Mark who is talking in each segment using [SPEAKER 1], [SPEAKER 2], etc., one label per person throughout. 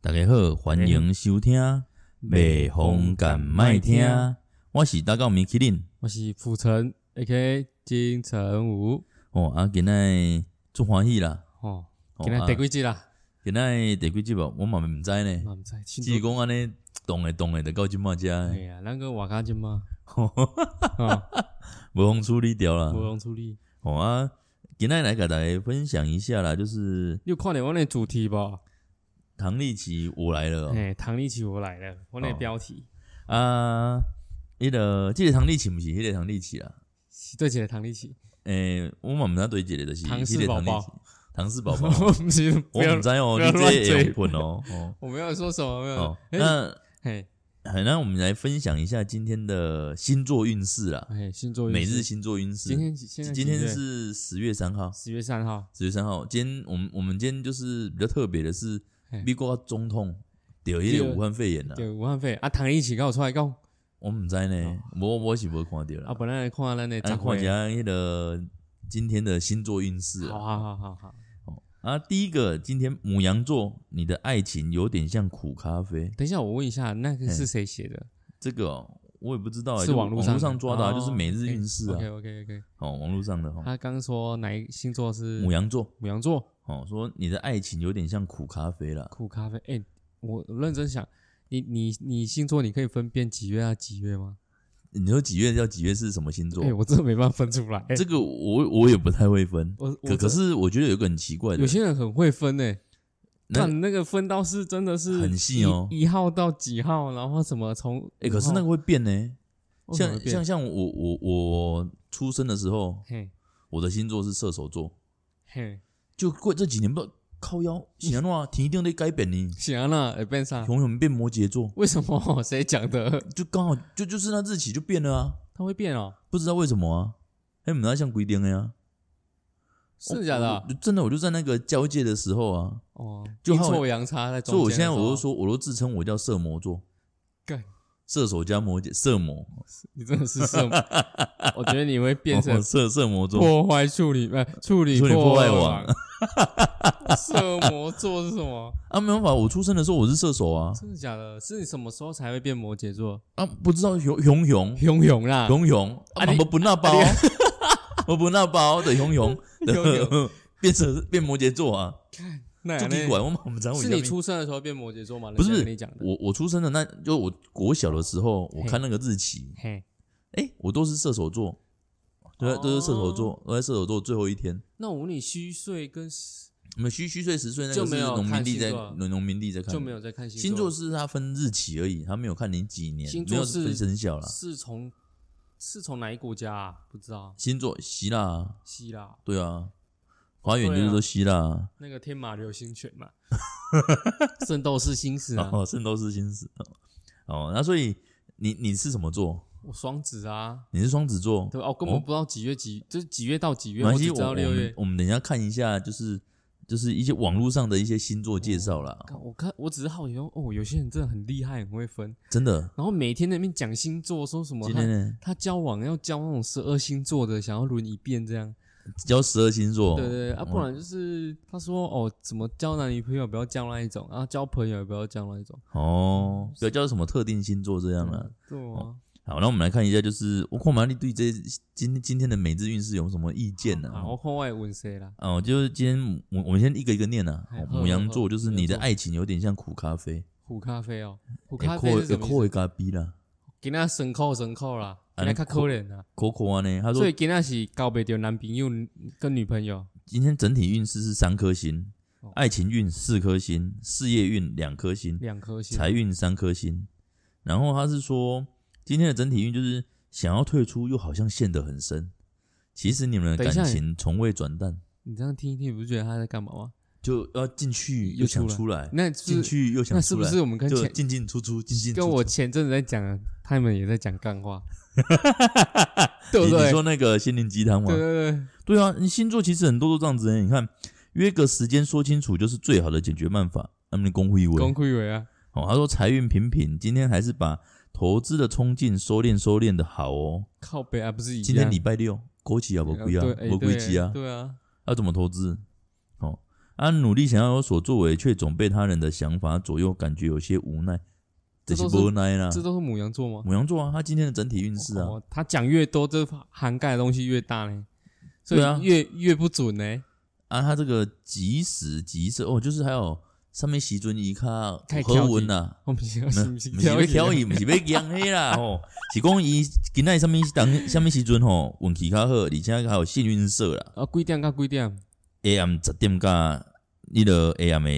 [SPEAKER 1] 大家好，欢迎收听《麦风敢麦听》，我是大狗米其林。
[SPEAKER 2] 我是辅城 A.K. 金城武。
[SPEAKER 1] 哦，啊，今仔足欢喜啦！
[SPEAKER 2] 哦，
[SPEAKER 1] 哦
[SPEAKER 2] 今天
[SPEAKER 1] 啊
[SPEAKER 2] 第几集啊啦？
[SPEAKER 1] 今仔第几集吧？我嘛毋知呢，
[SPEAKER 2] 嘛毋知，
[SPEAKER 1] 只是讲安尼动诶动诶，就到即满
[SPEAKER 2] 哎
[SPEAKER 1] 遮，
[SPEAKER 2] 呀，咱个活家金嘛， 哦，
[SPEAKER 1] 无通处理掉
[SPEAKER 2] 无
[SPEAKER 1] 啦。
[SPEAKER 2] 用处理。
[SPEAKER 1] 哦啊，今仔来甲大家分享一下啦，就是
[SPEAKER 2] 你有看到我那主题
[SPEAKER 1] 哦
[SPEAKER 2] 不？
[SPEAKER 1] 唐立奇我来了哦、
[SPEAKER 2] 哎，唐立奇我来了，我那
[SPEAKER 1] 哦
[SPEAKER 2] 标题
[SPEAKER 1] 啊，迄、个即、个唐立奇毋是迄个唐立奇啦。
[SPEAKER 2] 是对起来唐立奇，
[SPEAKER 1] 诶、我嘛毋知对一个，就是
[SPEAKER 2] 唐氏
[SPEAKER 1] 迄个
[SPEAKER 2] 宝
[SPEAKER 1] 唐立
[SPEAKER 2] 宝
[SPEAKER 1] 奇，唐氏宝宝。
[SPEAKER 2] 我 不是，
[SPEAKER 1] 哦我
[SPEAKER 2] 不要
[SPEAKER 1] 毋，知哦，
[SPEAKER 2] 不
[SPEAKER 1] 你
[SPEAKER 2] 要
[SPEAKER 1] 这
[SPEAKER 2] 乱
[SPEAKER 1] 也有
[SPEAKER 2] 追
[SPEAKER 1] 混哦。 哦
[SPEAKER 2] 我没有说什么，没有
[SPEAKER 1] 哦，，
[SPEAKER 2] 哎
[SPEAKER 1] 那
[SPEAKER 2] 嘿，
[SPEAKER 1] 好，那我们来分享一下今天的星座运势啦，
[SPEAKER 2] 哎，星座运
[SPEAKER 1] 每
[SPEAKER 2] 势
[SPEAKER 1] 日星座运势。
[SPEAKER 2] 今天现在
[SPEAKER 1] 今天是啊十月三号，
[SPEAKER 2] 十月三号，
[SPEAKER 1] 十月三号。今天我们我们今天就是比较特别的是
[SPEAKER 2] 嘿，
[SPEAKER 1] 美国总统得迄个武汉肺炎啦，
[SPEAKER 2] 对，武汉肺炎啊，唐立奇跟我出来讲，
[SPEAKER 1] 我毋知呢，我我是无看到
[SPEAKER 2] 哦啊，
[SPEAKER 1] 啦。
[SPEAKER 2] 本来来看咱的
[SPEAKER 1] 咱
[SPEAKER 2] 展
[SPEAKER 1] 哎看
[SPEAKER 2] 会
[SPEAKER 1] 一，下迄个今天的星座运势
[SPEAKER 2] 好
[SPEAKER 1] 啊。
[SPEAKER 2] 好好好好，
[SPEAKER 1] 哦啊，第一个，今天母羊座，你的爱情有点像苦咖啡。
[SPEAKER 2] 等一下我问一下，那个
[SPEAKER 1] 嘿
[SPEAKER 2] 是谁写的？
[SPEAKER 1] 这个哦我也不知道欸，
[SPEAKER 2] 是
[SPEAKER 1] 就
[SPEAKER 2] 网
[SPEAKER 1] 络
[SPEAKER 2] 络
[SPEAKER 1] 上
[SPEAKER 2] 上的
[SPEAKER 1] 抓的啊，
[SPEAKER 2] 哦
[SPEAKER 1] 就是每日运势啊
[SPEAKER 2] OK，OK OK，
[SPEAKER 1] 哦，网络上的哦，
[SPEAKER 2] 他刚说哪一星座是
[SPEAKER 1] 母羊座
[SPEAKER 2] 母羊座
[SPEAKER 1] 哦，说你的爱情有点像苦咖啡啦。
[SPEAKER 2] 苦咖啡。哎、我认真想，你你你星座你可以分辨几月啊几月吗？
[SPEAKER 1] 你说几月到几月是什么星座
[SPEAKER 2] 哎、？我真的没办法分出来。哎
[SPEAKER 1] 这个我我也不太会分，
[SPEAKER 2] 我我
[SPEAKER 1] 可可
[SPEAKER 2] 真
[SPEAKER 1] 是我觉得有一个很奇怪的
[SPEAKER 2] 有，些人很会分呢、
[SPEAKER 1] 那
[SPEAKER 2] 看那个分到是真的是
[SPEAKER 1] 很细哦
[SPEAKER 2] 一一号到几号，然后什么从
[SPEAKER 1] 哎，可是那个会变呢，
[SPEAKER 2] 哦为什么
[SPEAKER 1] 像
[SPEAKER 2] 会变
[SPEAKER 1] 像像我我我出生的时候，
[SPEAKER 2] 嘿
[SPEAKER 1] 我的星座是射手座，
[SPEAKER 2] 嘿，
[SPEAKER 1] 就过这几年不知道靠腰，显然话天一定得改变呢，
[SPEAKER 2] 行了，哎变啥？
[SPEAKER 1] 永远变摩羯座，
[SPEAKER 2] 为什么？谁讲的？
[SPEAKER 1] 就刚好就就是那日期就变了啊。
[SPEAKER 2] 他会变哦？
[SPEAKER 1] 不知道为什么啊，哎，们那像规定的呀、
[SPEAKER 2] 是假的啊
[SPEAKER 1] 我？真的，我就在那个交界的时候啊，
[SPEAKER 2] 哦，
[SPEAKER 1] 就
[SPEAKER 2] 阴
[SPEAKER 1] 好
[SPEAKER 2] 错阳差在中
[SPEAKER 1] 所以
[SPEAKER 2] 间。
[SPEAKER 1] 我现在我都，说，我都自称我叫射魔座，
[SPEAKER 2] 干，
[SPEAKER 1] 射手加魔羯，射魔，
[SPEAKER 2] 你真的是什么？我觉得你会变成
[SPEAKER 1] 哦射射魔座，
[SPEAKER 2] 破坏处理呃处理
[SPEAKER 1] 处理破坏
[SPEAKER 2] 网。 射魔座是什么？
[SPEAKER 1] 啊，没办法，我出生的时候我是射手啊，
[SPEAKER 2] 真的假的？是你什么时候才会变摩羯座？
[SPEAKER 1] 啊，不知道熊熊熊
[SPEAKER 2] 熊熊啦，
[SPEAKER 1] 熊熊，啊，
[SPEAKER 2] 啊你
[SPEAKER 1] 我不那包
[SPEAKER 2] 啊，
[SPEAKER 1] 我 不那包的熊熊
[SPEAKER 2] 熊
[SPEAKER 1] 的 变射变摩羯座啊，
[SPEAKER 2] 那
[SPEAKER 1] 就你
[SPEAKER 2] 那
[SPEAKER 1] 管我们我们咱
[SPEAKER 2] 是你出生的时候变摩羯座吗？
[SPEAKER 1] 不是
[SPEAKER 2] 人家跟你讲的。
[SPEAKER 1] 我我出生的那就我国小的时候，我
[SPEAKER 2] 嘿
[SPEAKER 1] 看那个日期，
[SPEAKER 2] 嘿，
[SPEAKER 1] 哎、我都是射手座，对啊，
[SPEAKER 2] 哦
[SPEAKER 1] 都是射手座，我在射手座最后一天。
[SPEAKER 2] 那我问你，虚岁跟十
[SPEAKER 1] 我们虚虚岁十岁那个
[SPEAKER 2] 就
[SPEAKER 1] 是
[SPEAKER 2] 没有
[SPEAKER 1] 农民
[SPEAKER 2] 看
[SPEAKER 1] 地
[SPEAKER 2] 星
[SPEAKER 1] 在
[SPEAKER 2] 座啊
[SPEAKER 1] 农农民地在看，
[SPEAKER 2] 就没有在看
[SPEAKER 1] 星座
[SPEAKER 2] 座
[SPEAKER 1] 是它分日期而已，它没有看你几年，
[SPEAKER 2] 星
[SPEAKER 1] 没
[SPEAKER 2] 座
[SPEAKER 1] 有
[SPEAKER 2] 是
[SPEAKER 1] 分生肖啦。
[SPEAKER 2] 是从是从哪一国家啊？不知道，
[SPEAKER 1] 星座希腊啊，
[SPEAKER 2] 希腊
[SPEAKER 1] 对啊，华远就
[SPEAKER 2] 对啊
[SPEAKER 1] 是说希腊啊，
[SPEAKER 2] 那个天马流星拳 嘛，圣斗士星矢啊，
[SPEAKER 1] 哦，圣斗士星矢哦，那所以你你是什么座？
[SPEAKER 2] 我双子啊，
[SPEAKER 1] 你是双子座？
[SPEAKER 2] 对吧？我根
[SPEAKER 1] 哦
[SPEAKER 2] 本不知道几月几，就是几月到几
[SPEAKER 1] 没
[SPEAKER 2] 月，
[SPEAKER 1] 关
[SPEAKER 2] 只
[SPEAKER 1] 系，
[SPEAKER 2] 知
[SPEAKER 1] 我
[SPEAKER 2] 道
[SPEAKER 1] 我
[SPEAKER 2] 六
[SPEAKER 1] 们
[SPEAKER 2] 月。
[SPEAKER 1] 我们等一下看一下，就是就是一些网络上的一些星座介绍啦，
[SPEAKER 2] 看我看，我只是好奇说，哦，有些人真的很厉害，很会分，
[SPEAKER 1] 真的。
[SPEAKER 2] 然后每天在那边讲星座，说什么
[SPEAKER 1] 今天
[SPEAKER 2] 他
[SPEAKER 1] 呢，
[SPEAKER 2] 他交往要交那种十二星座的，想要轮一遍这样。
[SPEAKER 1] 教十二星座，
[SPEAKER 2] 对对对，啊，
[SPEAKER 1] 哦
[SPEAKER 2] 不然就是他说哦，怎么交男女朋友不要交那一种，啊，交朋友也不要交那一种。
[SPEAKER 1] 哦，不要叫什么特定星座这样了、
[SPEAKER 2] 嗯对啊，
[SPEAKER 1] 好，那我们来看一下，就是我看马你对这今今天的每日运势有什么意见呢、
[SPEAKER 2] 啊，我看我也问谁啦？
[SPEAKER 1] 哦，就是今天我我们先一个一个念啊。
[SPEAKER 2] 哎
[SPEAKER 1] 哦
[SPEAKER 2] 好
[SPEAKER 1] 母羊
[SPEAKER 2] 好
[SPEAKER 1] 座
[SPEAKER 2] 好
[SPEAKER 1] 就是
[SPEAKER 2] 母羊
[SPEAKER 1] 你的
[SPEAKER 2] 座
[SPEAKER 1] 爱情有点像苦咖啡，
[SPEAKER 2] 苦咖啡哦，苦
[SPEAKER 1] 哎
[SPEAKER 2] 咖啡是什么
[SPEAKER 1] 扣一
[SPEAKER 2] 意思？
[SPEAKER 1] 咖啡啦，
[SPEAKER 2] 今天生扣生扣啦，今天较可怜啦，
[SPEAKER 1] 可可啊呢。他说
[SPEAKER 2] 所以今天是告别掉男朋友跟女朋友。
[SPEAKER 1] 今天整体运势是三颗星
[SPEAKER 2] 哦，
[SPEAKER 1] 爱情运四颗星，事业运两颗星，
[SPEAKER 2] 两颗星，
[SPEAKER 1] 财运三颗星。然后他是说，今天的整体运就是想要退出，又好像陷得很深。其实你们的
[SPEAKER 2] 等一下
[SPEAKER 1] 感情从未转淡，
[SPEAKER 2] 你这样听一听，你不是觉得他在干嘛吗？
[SPEAKER 1] 就要进去又想出来，
[SPEAKER 2] 那是
[SPEAKER 1] 进
[SPEAKER 2] 不是
[SPEAKER 1] 去又想
[SPEAKER 2] 那是
[SPEAKER 1] 出
[SPEAKER 2] 不
[SPEAKER 1] 来，
[SPEAKER 2] 是我们跟
[SPEAKER 1] 就
[SPEAKER 2] 前
[SPEAKER 1] 进进出出，进进出
[SPEAKER 2] 跟
[SPEAKER 1] 出。
[SPEAKER 2] 我前阵子在讲的，他们也在讲 干话，对
[SPEAKER 1] 你
[SPEAKER 2] 不对
[SPEAKER 1] 你？说那个心灵鸡汤吗
[SPEAKER 2] 对？对对，
[SPEAKER 1] 对啊，你星座其实很多都这样子、欸。你看，约个时间说清楚就是最好的解决办法。他们的工会一
[SPEAKER 2] 功
[SPEAKER 1] 位
[SPEAKER 2] 亏伟啊，
[SPEAKER 1] 哦，他说财运平平，今天还是把投资的冲劲收敛收敛的好哦。
[SPEAKER 2] 靠北啊，不是一样
[SPEAKER 1] 今天礼拜六，枸杞啊，不
[SPEAKER 2] 对
[SPEAKER 1] 贵啊，
[SPEAKER 2] 哎
[SPEAKER 1] 不贵
[SPEAKER 2] 对
[SPEAKER 1] 鸡啊，
[SPEAKER 2] 对啊，
[SPEAKER 1] 要怎么投资？哦，啊，努力想要有所作为，却总被他人的想法左右，感觉有些无奈。
[SPEAKER 2] 这
[SPEAKER 1] 是
[SPEAKER 2] 都是
[SPEAKER 1] 无奈啦。
[SPEAKER 2] 这都是母羊座吗？
[SPEAKER 1] 母羊座啊，他今天的整体运势啊，
[SPEAKER 2] 哦，他讲越多，这涵盖的东西越大呢，所
[SPEAKER 1] 对啊
[SPEAKER 2] 以越越不准呢。
[SPEAKER 1] 啊，他这个及时及色哦，就是还有上面时阵伊较
[SPEAKER 2] 太挑剔
[SPEAKER 1] 何文啦，
[SPEAKER 2] 我们 是
[SPEAKER 1] 那
[SPEAKER 2] 是
[SPEAKER 1] 不
[SPEAKER 2] 不
[SPEAKER 1] 是
[SPEAKER 2] 是
[SPEAKER 1] 要挑
[SPEAKER 2] 剔
[SPEAKER 1] 伊，不是要讲迄 啦吼，是讲伊今仔上面当上面时阵吼运气较好，而且还有幸运色啦
[SPEAKER 2] 啊？几点到几点？
[SPEAKER 1] ，AM 十点甲迄落 AM 的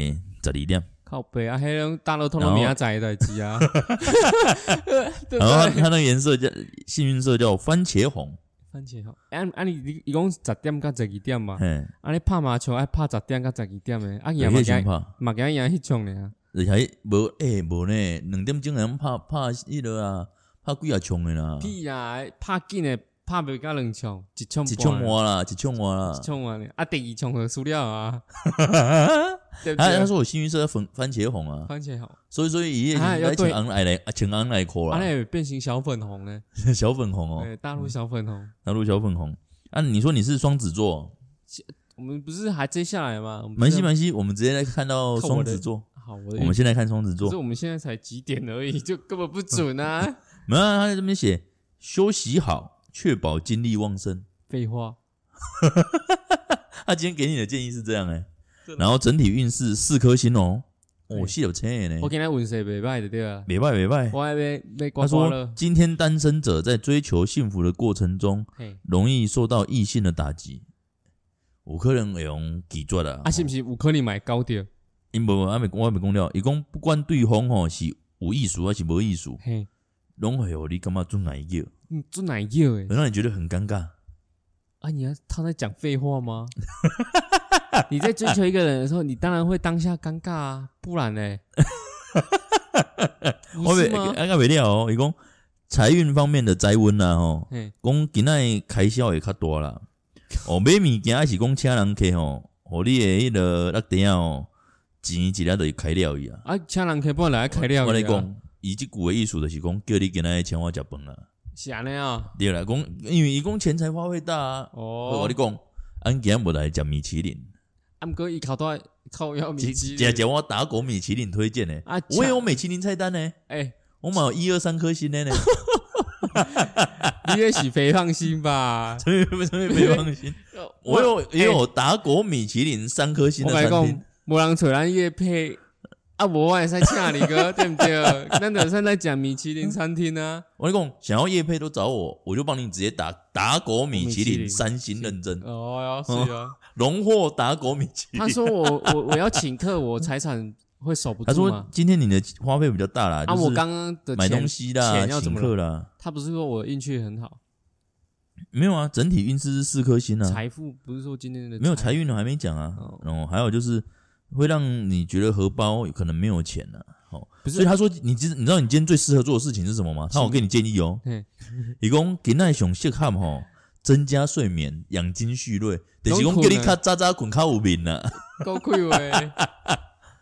[SPEAKER 1] 十二点，
[SPEAKER 2] 靠北啊，黑人大乐透
[SPEAKER 1] 然
[SPEAKER 2] 的
[SPEAKER 1] 后
[SPEAKER 2] 明仔载的代 志啊，
[SPEAKER 1] 然后他他
[SPEAKER 2] 对不对？
[SPEAKER 1] 那个颜色叫幸运色叫番茄红，
[SPEAKER 2] 番茄好，啊啊你你一共十点到十二点嘛？
[SPEAKER 1] 嘿，
[SPEAKER 2] 啊你拍麻将爱拍十点到十二点的，啊
[SPEAKER 1] 有
[SPEAKER 2] 赢嘛
[SPEAKER 1] 迄想
[SPEAKER 2] 惊
[SPEAKER 1] 法。
[SPEAKER 2] 嘛惊赢迄种的啊，
[SPEAKER 1] 而且无诶无呢，两点钟人拍拍迄落啊，拍几啊冲诶啦，
[SPEAKER 2] 屁啊，拍紧的拍袂到两枪，一枪
[SPEAKER 1] 一
[SPEAKER 2] 半啊
[SPEAKER 1] 冲完啦，一冲完啦
[SPEAKER 2] 一。枪完了，啊第二枪就输了啊， 对不啊
[SPEAKER 1] 他啊他
[SPEAKER 2] 对？
[SPEAKER 1] 说我幸运色在粉番茄红啊，
[SPEAKER 2] 番茄好，
[SPEAKER 1] 所以所以伊
[SPEAKER 2] 啊
[SPEAKER 1] 来
[SPEAKER 2] 要对
[SPEAKER 1] 请昂来来啊，请昂来哭
[SPEAKER 2] 啊
[SPEAKER 1] 啦，
[SPEAKER 2] 那变成小粉红呢，
[SPEAKER 1] 小粉红哦，
[SPEAKER 2] 对，大陆小粉红。
[SPEAKER 1] 大陆小粉红。啊，你说你是双子座，
[SPEAKER 2] 我们不是还接下来吗？我们
[SPEAKER 1] 蛮西
[SPEAKER 2] 这样
[SPEAKER 1] 蛮西，我们直接来看到
[SPEAKER 2] 啊看我
[SPEAKER 1] 双
[SPEAKER 2] 的
[SPEAKER 1] 子座，
[SPEAKER 2] 好，我的
[SPEAKER 1] 我们先来看双子
[SPEAKER 2] 可是
[SPEAKER 1] 座。
[SPEAKER 2] 我们现在才几点而已， 就根本不准 啊！
[SPEAKER 1] 没有啊，他在这边写休息好，确保精力旺盛。
[SPEAKER 2] 废话，
[SPEAKER 1] 他今天给你的建议是这样哎
[SPEAKER 2] 真，的
[SPEAKER 1] 然后整体运势四颗星哦，哦，
[SPEAKER 2] 对
[SPEAKER 1] 是有车的呢
[SPEAKER 2] 我。今天运势袂歹的对啊，
[SPEAKER 1] 袂歹袂歹。
[SPEAKER 2] 我还被被刮
[SPEAKER 1] 他
[SPEAKER 2] 刮
[SPEAKER 1] 说
[SPEAKER 2] 了，，
[SPEAKER 1] 今天单身者在追求幸福的过程中，
[SPEAKER 2] 嘿，
[SPEAKER 1] 容易受到异性的打击，有可能会用拒绝啦。
[SPEAKER 2] 啊是不是有可能买高点？
[SPEAKER 1] 哦因无阿没我没讲了，伊讲不管对方吼是有意思还是无意思，
[SPEAKER 2] 嘿，
[SPEAKER 1] 拢会有你感觉准来叫，
[SPEAKER 2] 你做奶油诶？
[SPEAKER 1] 会让你觉得很尴尬。
[SPEAKER 2] 啊，你要他在讲废话 吗？你在追求一个人的时候，你当然会当下尴尬啊，不然 呢？
[SPEAKER 1] 我
[SPEAKER 2] 不
[SPEAKER 1] 袂
[SPEAKER 2] 哦是吗？
[SPEAKER 1] 阿个袂了哦，伊讲财运方面的灾运啦吼，
[SPEAKER 2] 嘿，
[SPEAKER 1] 讲今仔开销会较大啦。哦，买物件还是讲请人客吼，互你诶迄落落点哦，钱一粒就是开了伊啊。
[SPEAKER 2] 啊，请人客本来开了，啊
[SPEAKER 1] 我来，讲，伊即句诶意思就是讲，叫你今仔请我食饭啦。
[SPEAKER 2] 是安尼啊？
[SPEAKER 1] 对啦，讲因为伊讲钱财花费大啊。好
[SPEAKER 2] 哦
[SPEAKER 1] 我，你讲，俺今仔无来食米其林，
[SPEAKER 2] 啊，毋过伊靠到靠要米
[SPEAKER 1] 食
[SPEAKER 2] 奇，
[SPEAKER 1] 食食我打狗米其林推荐诶。
[SPEAKER 2] 啊，
[SPEAKER 1] 我也有米其林菜单呢，
[SPEAKER 2] 哎。
[SPEAKER 1] 我嘛有一二三颗星的呢，？
[SPEAKER 2] 你也许肥胖心吧
[SPEAKER 1] 所以所以别放心。我有也有打狗米其林三颗星
[SPEAKER 2] 我
[SPEAKER 1] 的
[SPEAKER 2] 跟你
[SPEAKER 1] 餐
[SPEAKER 2] 讲
[SPEAKER 1] 厅，，
[SPEAKER 2] 无人找咱夜配，啊，无我会使请你哥，对不对？咱就算在讲米其林餐厅啊，
[SPEAKER 1] 我跟你讲，想要夜配都找我，我就帮你直接打打狗米其
[SPEAKER 2] 米其
[SPEAKER 1] 林
[SPEAKER 2] 林
[SPEAKER 1] 三星认证，
[SPEAKER 2] 哦哟，是啊。
[SPEAKER 1] 荣获打狗米其林。
[SPEAKER 2] 他说我我我要请客，我财产会守不
[SPEAKER 1] 他
[SPEAKER 2] 住
[SPEAKER 1] 说
[SPEAKER 2] 嘛？
[SPEAKER 1] 今天你的花费比较大啦，
[SPEAKER 2] 啊，
[SPEAKER 1] 就是
[SPEAKER 2] 我刚刚的
[SPEAKER 1] 买
[SPEAKER 2] 钱
[SPEAKER 1] 东，西啦，
[SPEAKER 2] 钱要
[SPEAKER 1] 请
[SPEAKER 2] 怎么
[SPEAKER 1] 客啦，
[SPEAKER 2] 他不是说我运气很好，
[SPEAKER 1] 没有啊，整体运势是四颗星啊，
[SPEAKER 2] 财富不是说今天的
[SPEAKER 1] 没有财运我还没讲啊
[SPEAKER 2] 哦，
[SPEAKER 1] 然后还有就是会让你觉得荷包有可能没有钱啊。好，
[SPEAKER 2] 不是
[SPEAKER 1] 所以他说你其实你知道你今天最适合做的事情是什么吗？他有给你建议哦
[SPEAKER 2] 嘿，
[SPEAKER 1] 伊讲给那熊适合吼，增加睡眠，养精蓄锐，就是
[SPEAKER 2] 拢
[SPEAKER 1] 讲
[SPEAKER 2] 困
[SPEAKER 1] 叫你
[SPEAKER 2] 啊
[SPEAKER 1] 较早早困较有眠啊，
[SPEAKER 2] 够贵喂。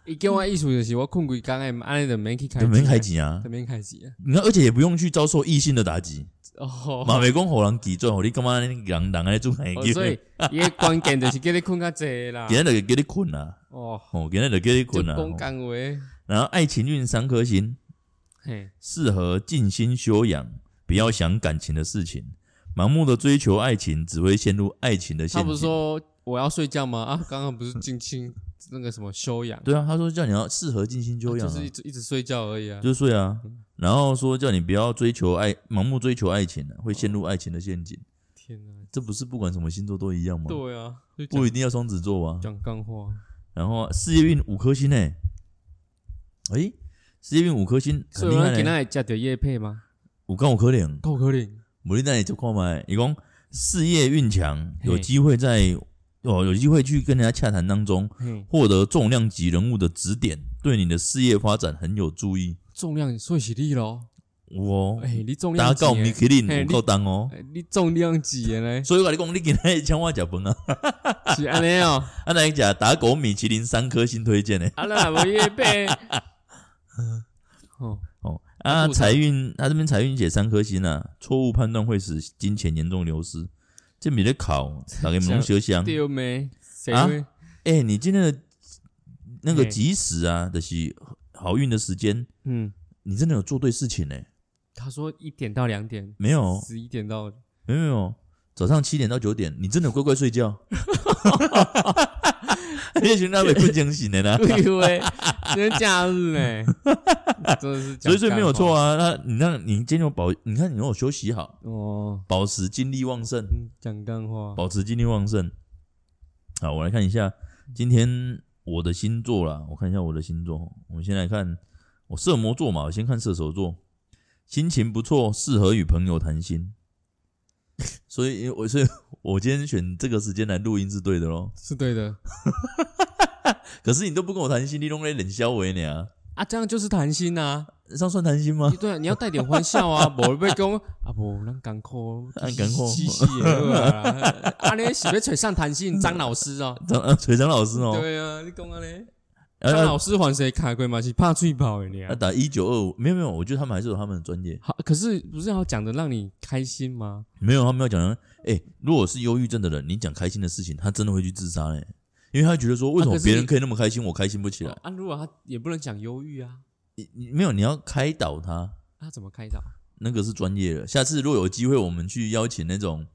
[SPEAKER 2] 伊叫我意思就是我困几工诶，安尼就免去开，
[SPEAKER 1] 就免开，钱啊
[SPEAKER 2] 就。免开钱啊。
[SPEAKER 1] 你看，而且也不用去遭受异性的打击，
[SPEAKER 2] 哦，
[SPEAKER 1] 嘛袂讲互人记住，互你感觉人人安尼做哪
[SPEAKER 2] 哦，所以伊个关键就是叫你困较济啦
[SPEAKER 1] 今。日就叫你困啊，
[SPEAKER 2] 哦，
[SPEAKER 1] 哦，今日就叫你
[SPEAKER 2] 就
[SPEAKER 1] 困啊。
[SPEAKER 2] 讲
[SPEAKER 1] 吼
[SPEAKER 2] 干话，
[SPEAKER 1] 然后爱情运三颗星，
[SPEAKER 2] 嘿，
[SPEAKER 1] 适合静心修养，不要想感情的事情。盲目的追求爱情，只会陷入爱情的陷
[SPEAKER 2] 他
[SPEAKER 1] 阱。
[SPEAKER 2] 不是说我要睡觉吗？啊，刚刚不是静
[SPEAKER 1] 嗯
[SPEAKER 2] 心那个什么修养，
[SPEAKER 1] 对啊，他说叫你要适合静心修养、
[SPEAKER 2] 就
[SPEAKER 1] 啊，
[SPEAKER 2] 是一直一直睡觉而已啊。
[SPEAKER 1] 就是睡啊。然后说叫你不要追求爱，盲目追求爱情、啊，会陷入爱情的陷阱。
[SPEAKER 2] 天啊，
[SPEAKER 1] 这不是不管什么星座都一样吗？
[SPEAKER 2] 对啊，就讲
[SPEAKER 1] 不一定要双子座啊。
[SPEAKER 2] 讲干话，
[SPEAKER 1] 然后事业运五颗星呢、欸，诶，事业运五颗星很
[SPEAKER 2] 所以
[SPEAKER 1] 厉
[SPEAKER 2] 我
[SPEAKER 1] 害
[SPEAKER 2] 们今
[SPEAKER 1] 呢、
[SPEAKER 2] 天食着叶配吗？
[SPEAKER 1] 有啊够有可能，
[SPEAKER 2] 够可能，
[SPEAKER 1] 无你带你就看麦，伊讲事业运强，有机会在哦有机会去跟人家洽谈当中
[SPEAKER 2] 嘿，
[SPEAKER 1] 获得重量级人物的指点，对你的事业发展很有助益。
[SPEAKER 2] 重量所以是你咯。
[SPEAKER 1] 有哦，
[SPEAKER 2] 哎，你重
[SPEAKER 1] 打
[SPEAKER 2] 量
[SPEAKER 1] 到
[SPEAKER 2] 级
[SPEAKER 1] 米
[SPEAKER 2] 耶？
[SPEAKER 1] 其林
[SPEAKER 2] 嘿
[SPEAKER 1] 有够重哦。
[SPEAKER 2] 哎你重量级的呢？
[SPEAKER 1] 所以我跟你讲，你今天请我食饭啊，
[SPEAKER 2] 是安尼 哦，
[SPEAKER 1] 啊来食打狗米其林三颗星推荐呢。
[SPEAKER 2] 啊，咱也无叶配。
[SPEAKER 1] 嗯
[SPEAKER 2] 哦，
[SPEAKER 1] 哦啊，
[SPEAKER 2] 吐槽
[SPEAKER 1] 财运他这边财运写三颗星啊，错误判断会使金钱严重流失。这比的考，大家们拢小想。
[SPEAKER 2] 对没？谁
[SPEAKER 1] 啊
[SPEAKER 2] 会？
[SPEAKER 1] 哎、你今天的那个
[SPEAKER 2] 嘿
[SPEAKER 1] 及时啊，就是好运的时间，
[SPEAKER 2] 嗯，
[SPEAKER 1] 你真的有做对事情呢、
[SPEAKER 2] 他说一点到两点，
[SPEAKER 1] 没有，
[SPEAKER 2] 十一点到，
[SPEAKER 1] 没有，没有，早上七点到九点，你真的有乖乖睡觉。 也许那被困惊醒 的啦，
[SPEAKER 2] 对喂，今天假日呢，真的是，
[SPEAKER 1] 所以所以没有错。啊。那你那你今天有保，你看你有休息好，
[SPEAKER 2] 哦，
[SPEAKER 1] 保持精力旺盛，
[SPEAKER 2] 嗯，讲干话，
[SPEAKER 1] 保持精力旺盛。好，我来看一下今天我的星座啦，我看一下我的星座。我们先来看我射魔座嘛，我先看射手座，心情不错，适合与朋友谈心。所以，我所以我今天选这个时间来录音是对的咯。
[SPEAKER 2] 是对的
[SPEAKER 1] 可是你都不跟我谈心，你弄来冷笑为你啊？
[SPEAKER 2] 啊，这样就是谈心啊，
[SPEAKER 1] 这样算谈心吗？
[SPEAKER 2] 对啊，你要带点欢笑 啊，无被讲啊，无咱艰苦，
[SPEAKER 1] 咱艰苦
[SPEAKER 2] 嘻嘻的好啊，啊你是要找上谈心张老师哦，
[SPEAKER 1] 张呃，锤张老师哦，
[SPEAKER 2] 对啊，你讲啊嘞，
[SPEAKER 1] 啊
[SPEAKER 2] 张
[SPEAKER 1] 啊
[SPEAKER 2] 老师还谁卡过嘛？是怕最跑的你
[SPEAKER 1] 啊，打一九二五，没有没有，我觉得他们还是有他们的专业，
[SPEAKER 2] 好，可是不是要讲的让你开心吗？
[SPEAKER 1] 没有他们要讲，哎、如果是忧郁症的人，你讲开心的事情，他真的会去自杀嘞、因为他觉得说，为什么
[SPEAKER 2] 啊可是
[SPEAKER 1] 别人
[SPEAKER 2] 你
[SPEAKER 1] 可以那么开心，我开心不起来？
[SPEAKER 2] 啊，如果他也不能讲忧郁啊，
[SPEAKER 1] 你你没有，你要开导他，
[SPEAKER 2] 他怎么开导？
[SPEAKER 1] 那个是专业的。下次如果有机会，我们去邀请那种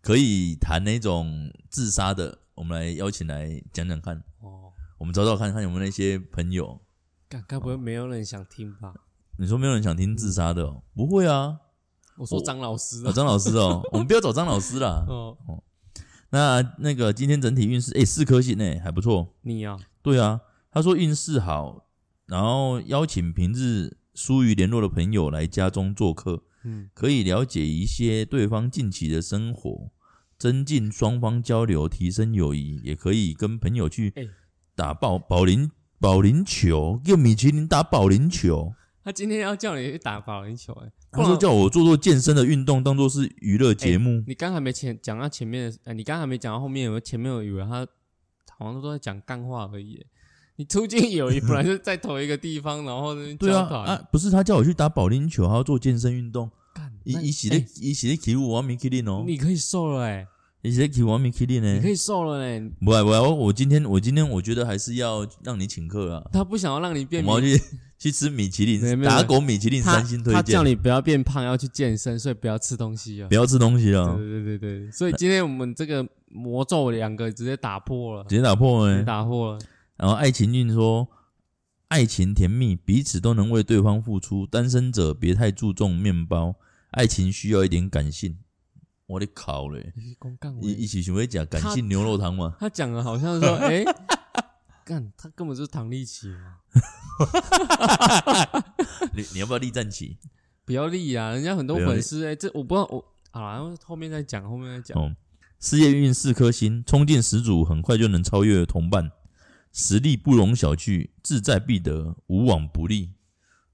[SPEAKER 1] 可以谈那种自杀的，我们来邀请来讲讲看，
[SPEAKER 2] 哦，
[SPEAKER 1] 我们找找看看有没有那些朋友，
[SPEAKER 2] 该该不
[SPEAKER 1] 哦
[SPEAKER 2] 会没有人想听吧？
[SPEAKER 1] 你说没有人想听自杀的、
[SPEAKER 2] 嗯
[SPEAKER 1] 哦？不会啊，
[SPEAKER 2] 我说张老师
[SPEAKER 1] 哦，
[SPEAKER 2] 啊，
[SPEAKER 1] 张老师哦，我们不要找张老师啦。
[SPEAKER 2] 哦，
[SPEAKER 1] 那那个今天整体运势，哎，四颗星呢，还不错。
[SPEAKER 2] 你啊，
[SPEAKER 1] 对啊，他说运势好，然后邀请平日疏于联络的朋友来家中做客，
[SPEAKER 2] 嗯，
[SPEAKER 1] 可以了解一些对方近期的生活，增进双方交流，提升友谊，也可以跟朋友去
[SPEAKER 2] 哎
[SPEAKER 1] 打保保龄保龄球，用米其林打保龄球。
[SPEAKER 2] 他今天要叫你去打保龄球，哎，不
[SPEAKER 1] 他说
[SPEAKER 2] 然
[SPEAKER 1] 叫我做做健身的运动，当做是娱乐节目。
[SPEAKER 2] 你刚还没前讲到前面的，呃，你刚还没讲到后面，我前面我以为他好像都在讲干话而已耶。你出境友谊本来就在同一个地方，然后呢，
[SPEAKER 1] 对啊，
[SPEAKER 2] 交谈
[SPEAKER 1] 啊，不是他叫我去打保龄球，还要做健身运动，
[SPEAKER 2] 干
[SPEAKER 1] 一
[SPEAKER 2] 那
[SPEAKER 1] 一起
[SPEAKER 2] 哎
[SPEAKER 1] 的，一起的起舞，我米起练哦，
[SPEAKER 2] 你可以瘦了哎，
[SPEAKER 1] 一起的起舞，我米起练
[SPEAKER 2] 你可
[SPEAKER 1] 呢。
[SPEAKER 2] 以瘦了哎，
[SPEAKER 1] 不啊不啊，我我今天我今天我觉得还是要让你请客啊，
[SPEAKER 2] 他不想要让你变
[SPEAKER 1] 我
[SPEAKER 2] 明
[SPEAKER 1] 们要去去吃米其
[SPEAKER 2] 没有
[SPEAKER 1] 林，
[SPEAKER 2] 没有
[SPEAKER 1] 打狗米其林
[SPEAKER 2] 他
[SPEAKER 1] 三星推
[SPEAKER 2] 他
[SPEAKER 1] 荐
[SPEAKER 2] 叫，你不要变胖，要去健身，所以不要吃东西啊
[SPEAKER 1] 不。要吃东西啊，
[SPEAKER 2] 对对对对，所以今天我们这个魔咒两个直接打破 了，
[SPEAKER 1] 直接打破
[SPEAKER 2] 直接
[SPEAKER 1] 哎。
[SPEAKER 2] 打破了。
[SPEAKER 1] 然后爱情运说，爱情甜蜜，彼此都能为对方付出，单身者别太注重面包，爱情需要一点感性。我的靠嘞，
[SPEAKER 2] 你是公干
[SPEAKER 1] 一一
[SPEAKER 2] 伟，
[SPEAKER 1] 起学会讲感
[SPEAKER 2] 他
[SPEAKER 1] 性牛肉汤吗？
[SPEAKER 2] 他讲的 好像说，哎，干他根本就是唐立奇嘛，
[SPEAKER 1] 你你要不要立战旗？
[SPEAKER 2] 不要立啊！人家很多
[SPEAKER 1] 不要立
[SPEAKER 2] 粉丝，哎，这我不知道，我啊，后面再讲，后面再讲。
[SPEAKER 1] 哦，事业运四颗星，冲劲十足，很快就能超越同伴，实力不容小觑，志在必得，无往不利。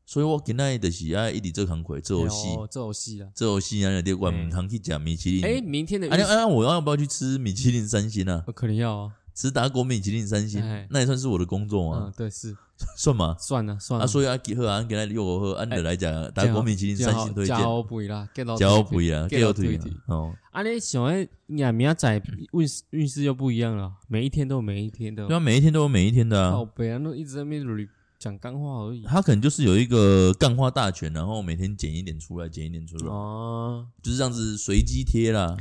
[SPEAKER 1] 所以我今仔就是爱一直做工课，做游戏，
[SPEAKER 2] 哎呦，这游戏啊！
[SPEAKER 1] 做游戏啊，你管
[SPEAKER 2] 哎
[SPEAKER 1] 唔通去食米其林。
[SPEAKER 2] 哎，明天的
[SPEAKER 1] 啊，你啊，我要不要去吃米其林三星啊？
[SPEAKER 2] 我可能要啊，
[SPEAKER 1] 吃打狗米其林三星
[SPEAKER 2] 哎，
[SPEAKER 1] 那也算是我的工作
[SPEAKER 2] 嗯
[SPEAKER 1] 啊，，
[SPEAKER 2] 对，是
[SPEAKER 1] 算吗？
[SPEAKER 2] 算了算了，
[SPEAKER 1] 啊，所以啊，吉喝啊，给他约我喝，按你来讲，打
[SPEAKER 2] 这样
[SPEAKER 1] 狗米其林
[SPEAKER 2] 这样
[SPEAKER 1] 三星推荐
[SPEAKER 2] 加，欧肥啦，get 到
[SPEAKER 1] 加我
[SPEAKER 2] 推
[SPEAKER 1] 肥
[SPEAKER 2] 荐
[SPEAKER 1] 啊，
[SPEAKER 2] get
[SPEAKER 1] 给我
[SPEAKER 2] 到
[SPEAKER 1] 腿
[SPEAKER 2] 推
[SPEAKER 1] 啊
[SPEAKER 2] 荐，
[SPEAKER 1] 哦。
[SPEAKER 2] 啊，你想要你啊明仔载运势运势又不一样了，每一天都有每一天的
[SPEAKER 1] 对啊，每一天都有每一天的啊。
[SPEAKER 2] 靠北啊，都一直在那边捋讲干 话而已。
[SPEAKER 1] 他可能就是有一个干化大全，然后每天剪一点出来，剪一点出来，
[SPEAKER 2] 哦
[SPEAKER 1] 就是这样子随机贴啦。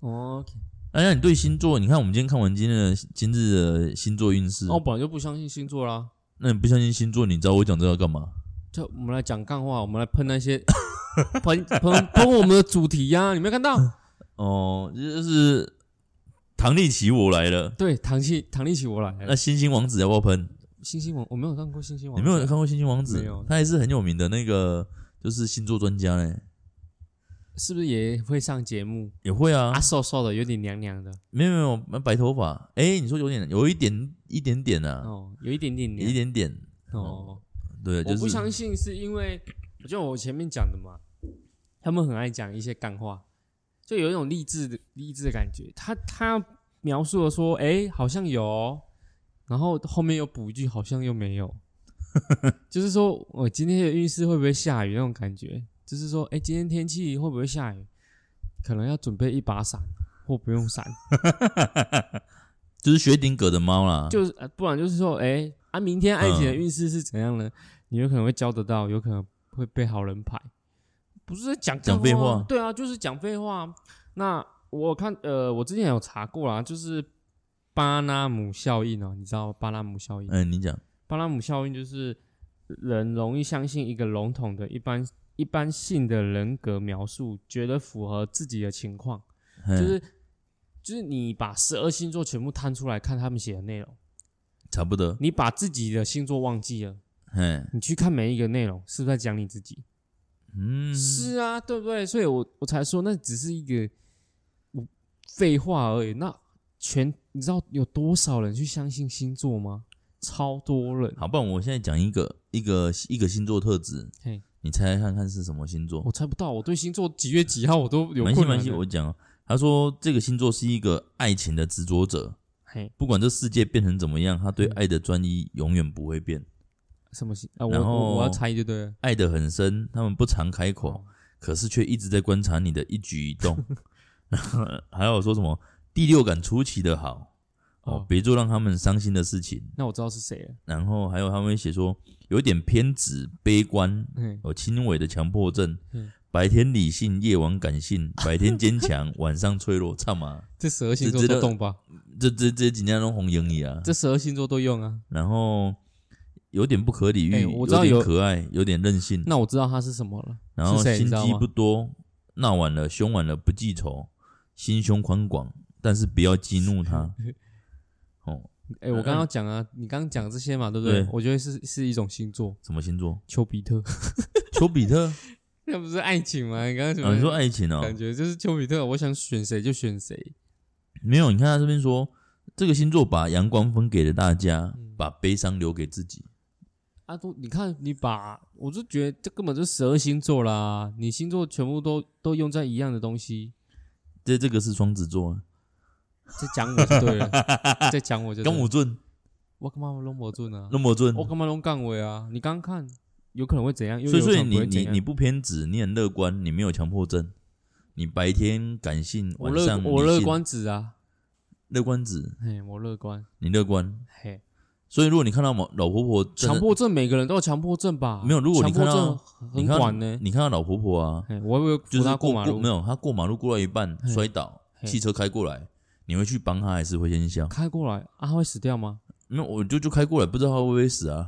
[SPEAKER 2] 哦，
[SPEAKER 1] 哎呀，你对星座，你看我们今天看完今天的今日的星座运势，
[SPEAKER 2] 哦那我本来就不相信星座啦。
[SPEAKER 1] 那你不相信星座，你知道我讲这个干嘛？
[SPEAKER 2] 就我们来讲干话，我们来喷那些 喷喷喷我们的主题呀、你没有看
[SPEAKER 1] 嗯
[SPEAKER 2] 到？
[SPEAKER 1] 哦，就是唐立奇我来了，
[SPEAKER 2] 对，唐气唐立奇我来
[SPEAKER 1] 那
[SPEAKER 2] 了。
[SPEAKER 1] 星星王子要不要喷？
[SPEAKER 2] 星星王我没有看过星星王，
[SPEAKER 1] 你没有看过星星王
[SPEAKER 2] 哦没
[SPEAKER 1] 子
[SPEAKER 2] 有？
[SPEAKER 1] 他也是很有名的那个，就是星座专家嘞，
[SPEAKER 2] 是不是也会上节目？
[SPEAKER 1] 也会啊
[SPEAKER 2] 啊，，瘦瘦的，有点娘娘的
[SPEAKER 1] 没有没有没有白头发，哎，你说有点有一点一点点啊，
[SPEAKER 2] 哦，有一点点
[SPEAKER 1] 一
[SPEAKER 2] 娘
[SPEAKER 1] 点点，
[SPEAKER 2] 哦。
[SPEAKER 1] 对，就
[SPEAKER 2] 我不
[SPEAKER 1] 是
[SPEAKER 2] 相信是因为，我就我前面讲的嘛，他们很爱讲一些干话，就有一种励志的励志的感觉。他他描述的说，哎、好像有哦、然后后面又补一句，好像又没有， 就是说我今天的运势会不会下雨那种感觉，就是说，哎、今天天气会不会下雨，可能要准备一把伞或不用伞，
[SPEAKER 1] 就是薛定谔的猫啦，啊
[SPEAKER 2] 就是、呃不然就是说，哎、啊，明天爱情的
[SPEAKER 1] 嗯
[SPEAKER 2] 运势是怎样呢？你有可能会交得到，有可能会被好人牌。不是在讲
[SPEAKER 1] 讲
[SPEAKER 2] 干
[SPEAKER 1] 废
[SPEAKER 2] 话
[SPEAKER 1] 话
[SPEAKER 2] 对啊，就是讲废话。那我看呃，我之前有查过啦，就是巴纳姆效应哦，你知道巴纳姆效应？
[SPEAKER 1] 嗯，你讲，
[SPEAKER 2] 巴纳姆效应就是人容易相信一个笼统的一般一般性的人格描述，觉得符合自己的情况，
[SPEAKER 1] 就
[SPEAKER 2] 就是就是你把十二星座全部摊出来看他们写的内容，
[SPEAKER 1] 差不多，
[SPEAKER 2] 你把自己的星座忘记了，
[SPEAKER 1] 嗯
[SPEAKER 2] 你去看每一个内容是不是在讲你自己？
[SPEAKER 1] 嗯，
[SPEAKER 2] 是啊，对不对？所以我我才说那只是一个我废话而已。那全你知道有多少人去相信星座吗？超多人，
[SPEAKER 1] 好，不然我现在讲一个一个一个星座特质
[SPEAKER 2] 嘿，
[SPEAKER 1] 你猜猜看看是什么星座？
[SPEAKER 2] 我猜不到，我对星座几月几号我都有
[SPEAKER 1] 蛮
[SPEAKER 2] 困
[SPEAKER 1] 系
[SPEAKER 2] 难
[SPEAKER 1] 蛮
[SPEAKER 2] 的
[SPEAKER 1] 系，我讲哦，他说这个星座是一个爱情的执着者，
[SPEAKER 2] 嘿，
[SPEAKER 1] 不管这世界变成怎么样，他对
[SPEAKER 2] 嗯
[SPEAKER 1] 爱的专一永远不会变，
[SPEAKER 2] 什么星啊？我
[SPEAKER 1] 然
[SPEAKER 2] 我
[SPEAKER 1] 后
[SPEAKER 2] 我要猜就对了。
[SPEAKER 1] 爱得很深，他们不常开口，可是却一直在观察你的一举一 动。然后还有说什么第六感出奇的好哦
[SPEAKER 2] 哦，，
[SPEAKER 1] 别做让他们伤心的事情。
[SPEAKER 2] 那我知道是谁了。
[SPEAKER 1] 然后还有他们会写说有点偏执、悲观，
[SPEAKER 2] 嗯，
[SPEAKER 1] 有轻微的强迫症
[SPEAKER 2] 嗯，
[SPEAKER 1] 白天理性，夜晚感 性，白天坚强，晚上脆弱，差嘛？
[SPEAKER 2] 这十二
[SPEAKER 1] 这
[SPEAKER 2] 星座
[SPEAKER 1] 这
[SPEAKER 2] 都
[SPEAKER 1] 都
[SPEAKER 2] 动吧？
[SPEAKER 1] 这这这几年都红英语啊，
[SPEAKER 2] 这十二星座都用啊。
[SPEAKER 1] 然后有点不可理喻，
[SPEAKER 2] 哎我知道
[SPEAKER 1] 有
[SPEAKER 2] 有
[SPEAKER 1] 点可爱，有点任性，
[SPEAKER 2] 那我知道它是什么了。
[SPEAKER 1] 然后
[SPEAKER 2] 是谁你
[SPEAKER 1] 心
[SPEAKER 2] 知道
[SPEAKER 1] 机
[SPEAKER 2] 吗
[SPEAKER 1] 不多，闹晚了，凶晚了，不记仇，心胸宽广，但是不要激怒 他。哦，
[SPEAKER 2] 哎，我刚刚讲啊，你刚刚讲这些嘛，对不对
[SPEAKER 1] 对？
[SPEAKER 2] 我觉得是是一种星座，？
[SPEAKER 1] 什么星座
[SPEAKER 2] 丘比特。
[SPEAKER 1] 丘比特？
[SPEAKER 2] 那不是爱情吗？你刚刚怎么、
[SPEAKER 1] 啊，你说爱情哦？
[SPEAKER 2] 感觉就是丘比特，我想选谁就选谁。
[SPEAKER 1] 没有，你看他这边说，这个星座把阳光分给了大家，
[SPEAKER 2] 嗯
[SPEAKER 1] 把悲伤留给自己。
[SPEAKER 2] 啊，都你看你把，我就觉得这根本就十二星座啦，你星座全部都都用在一样的东西，
[SPEAKER 1] 这这个是双子座啊，
[SPEAKER 2] 在讲我 就对了，在讲我就对
[SPEAKER 1] 跟
[SPEAKER 2] 了
[SPEAKER 1] 我准，
[SPEAKER 2] 我干嘛拢不准啊？
[SPEAKER 1] 那么准。
[SPEAKER 2] 我干嘛拢杠尾啊？你刚刚看有可能会怎样？又
[SPEAKER 1] 所以，
[SPEAKER 2] 有
[SPEAKER 1] 所以
[SPEAKER 2] 可能不
[SPEAKER 1] 你
[SPEAKER 2] 会怎
[SPEAKER 1] 你
[SPEAKER 2] 样
[SPEAKER 1] 你不偏执，你很乐观，你没有强迫症，你白天感性，
[SPEAKER 2] 我
[SPEAKER 1] 晚
[SPEAKER 2] 乐
[SPEAKER 1] 上
[SPEAKER 2] 我
[SPEAKER 1] 理
[SPEAKER 2] 乐
[SPEAKER 1] 性，
[SPEAKER 2] 观子啊，
[SPEAKER 1] 乐观子，
[SPEAKER 2] 嘿，我乐观，
[SPEAKER 1] 你乐观。
[SPEAKER 2] 嘿，
[SPEAKER 1] 所以，如果你看到某老婆婆真的
[SPEAKER 2] 强，迫症每个人都有强迫症吧？
[SPEAKER 1] 没有如果
[SPEAKER 2] 强
[SPEAKER 1] 你
[SPEAKER 2] 迫
[SPEAKER 1] 看到
[SPEAKER 2] 症
[SPEAKER 1] 你
[SPEAKER 2] 很
[SPEAKER 1] 看到
[SPEAKER 2] 管呢、
[SPEAKER 1] 你看到老婆婆啊，
[SPEAKER 2] 嘿，我有
[SPEAKER 1] 就
[SPEAKER 2] 扶
[SPEAKER 1] 是
[SPEAKER 2] 他
[SPEAKER 1] 过
[SPEAKER 2] 马路
[SPEAKER 1] 没，有，她过马路过到一半
[SPEAKER 2] 嘿
[SPEAKER 1] 摔倒，
[SPEAKER 2] 嘿
[SPEAKER 1] 汽车开过来，你会去帮她，还是会先笑？
[SPEAKER 2] 开过来啊，他会死掉吗？
[SPEAKER 1] 没有，我就就开过来，不知道她会不会死啊？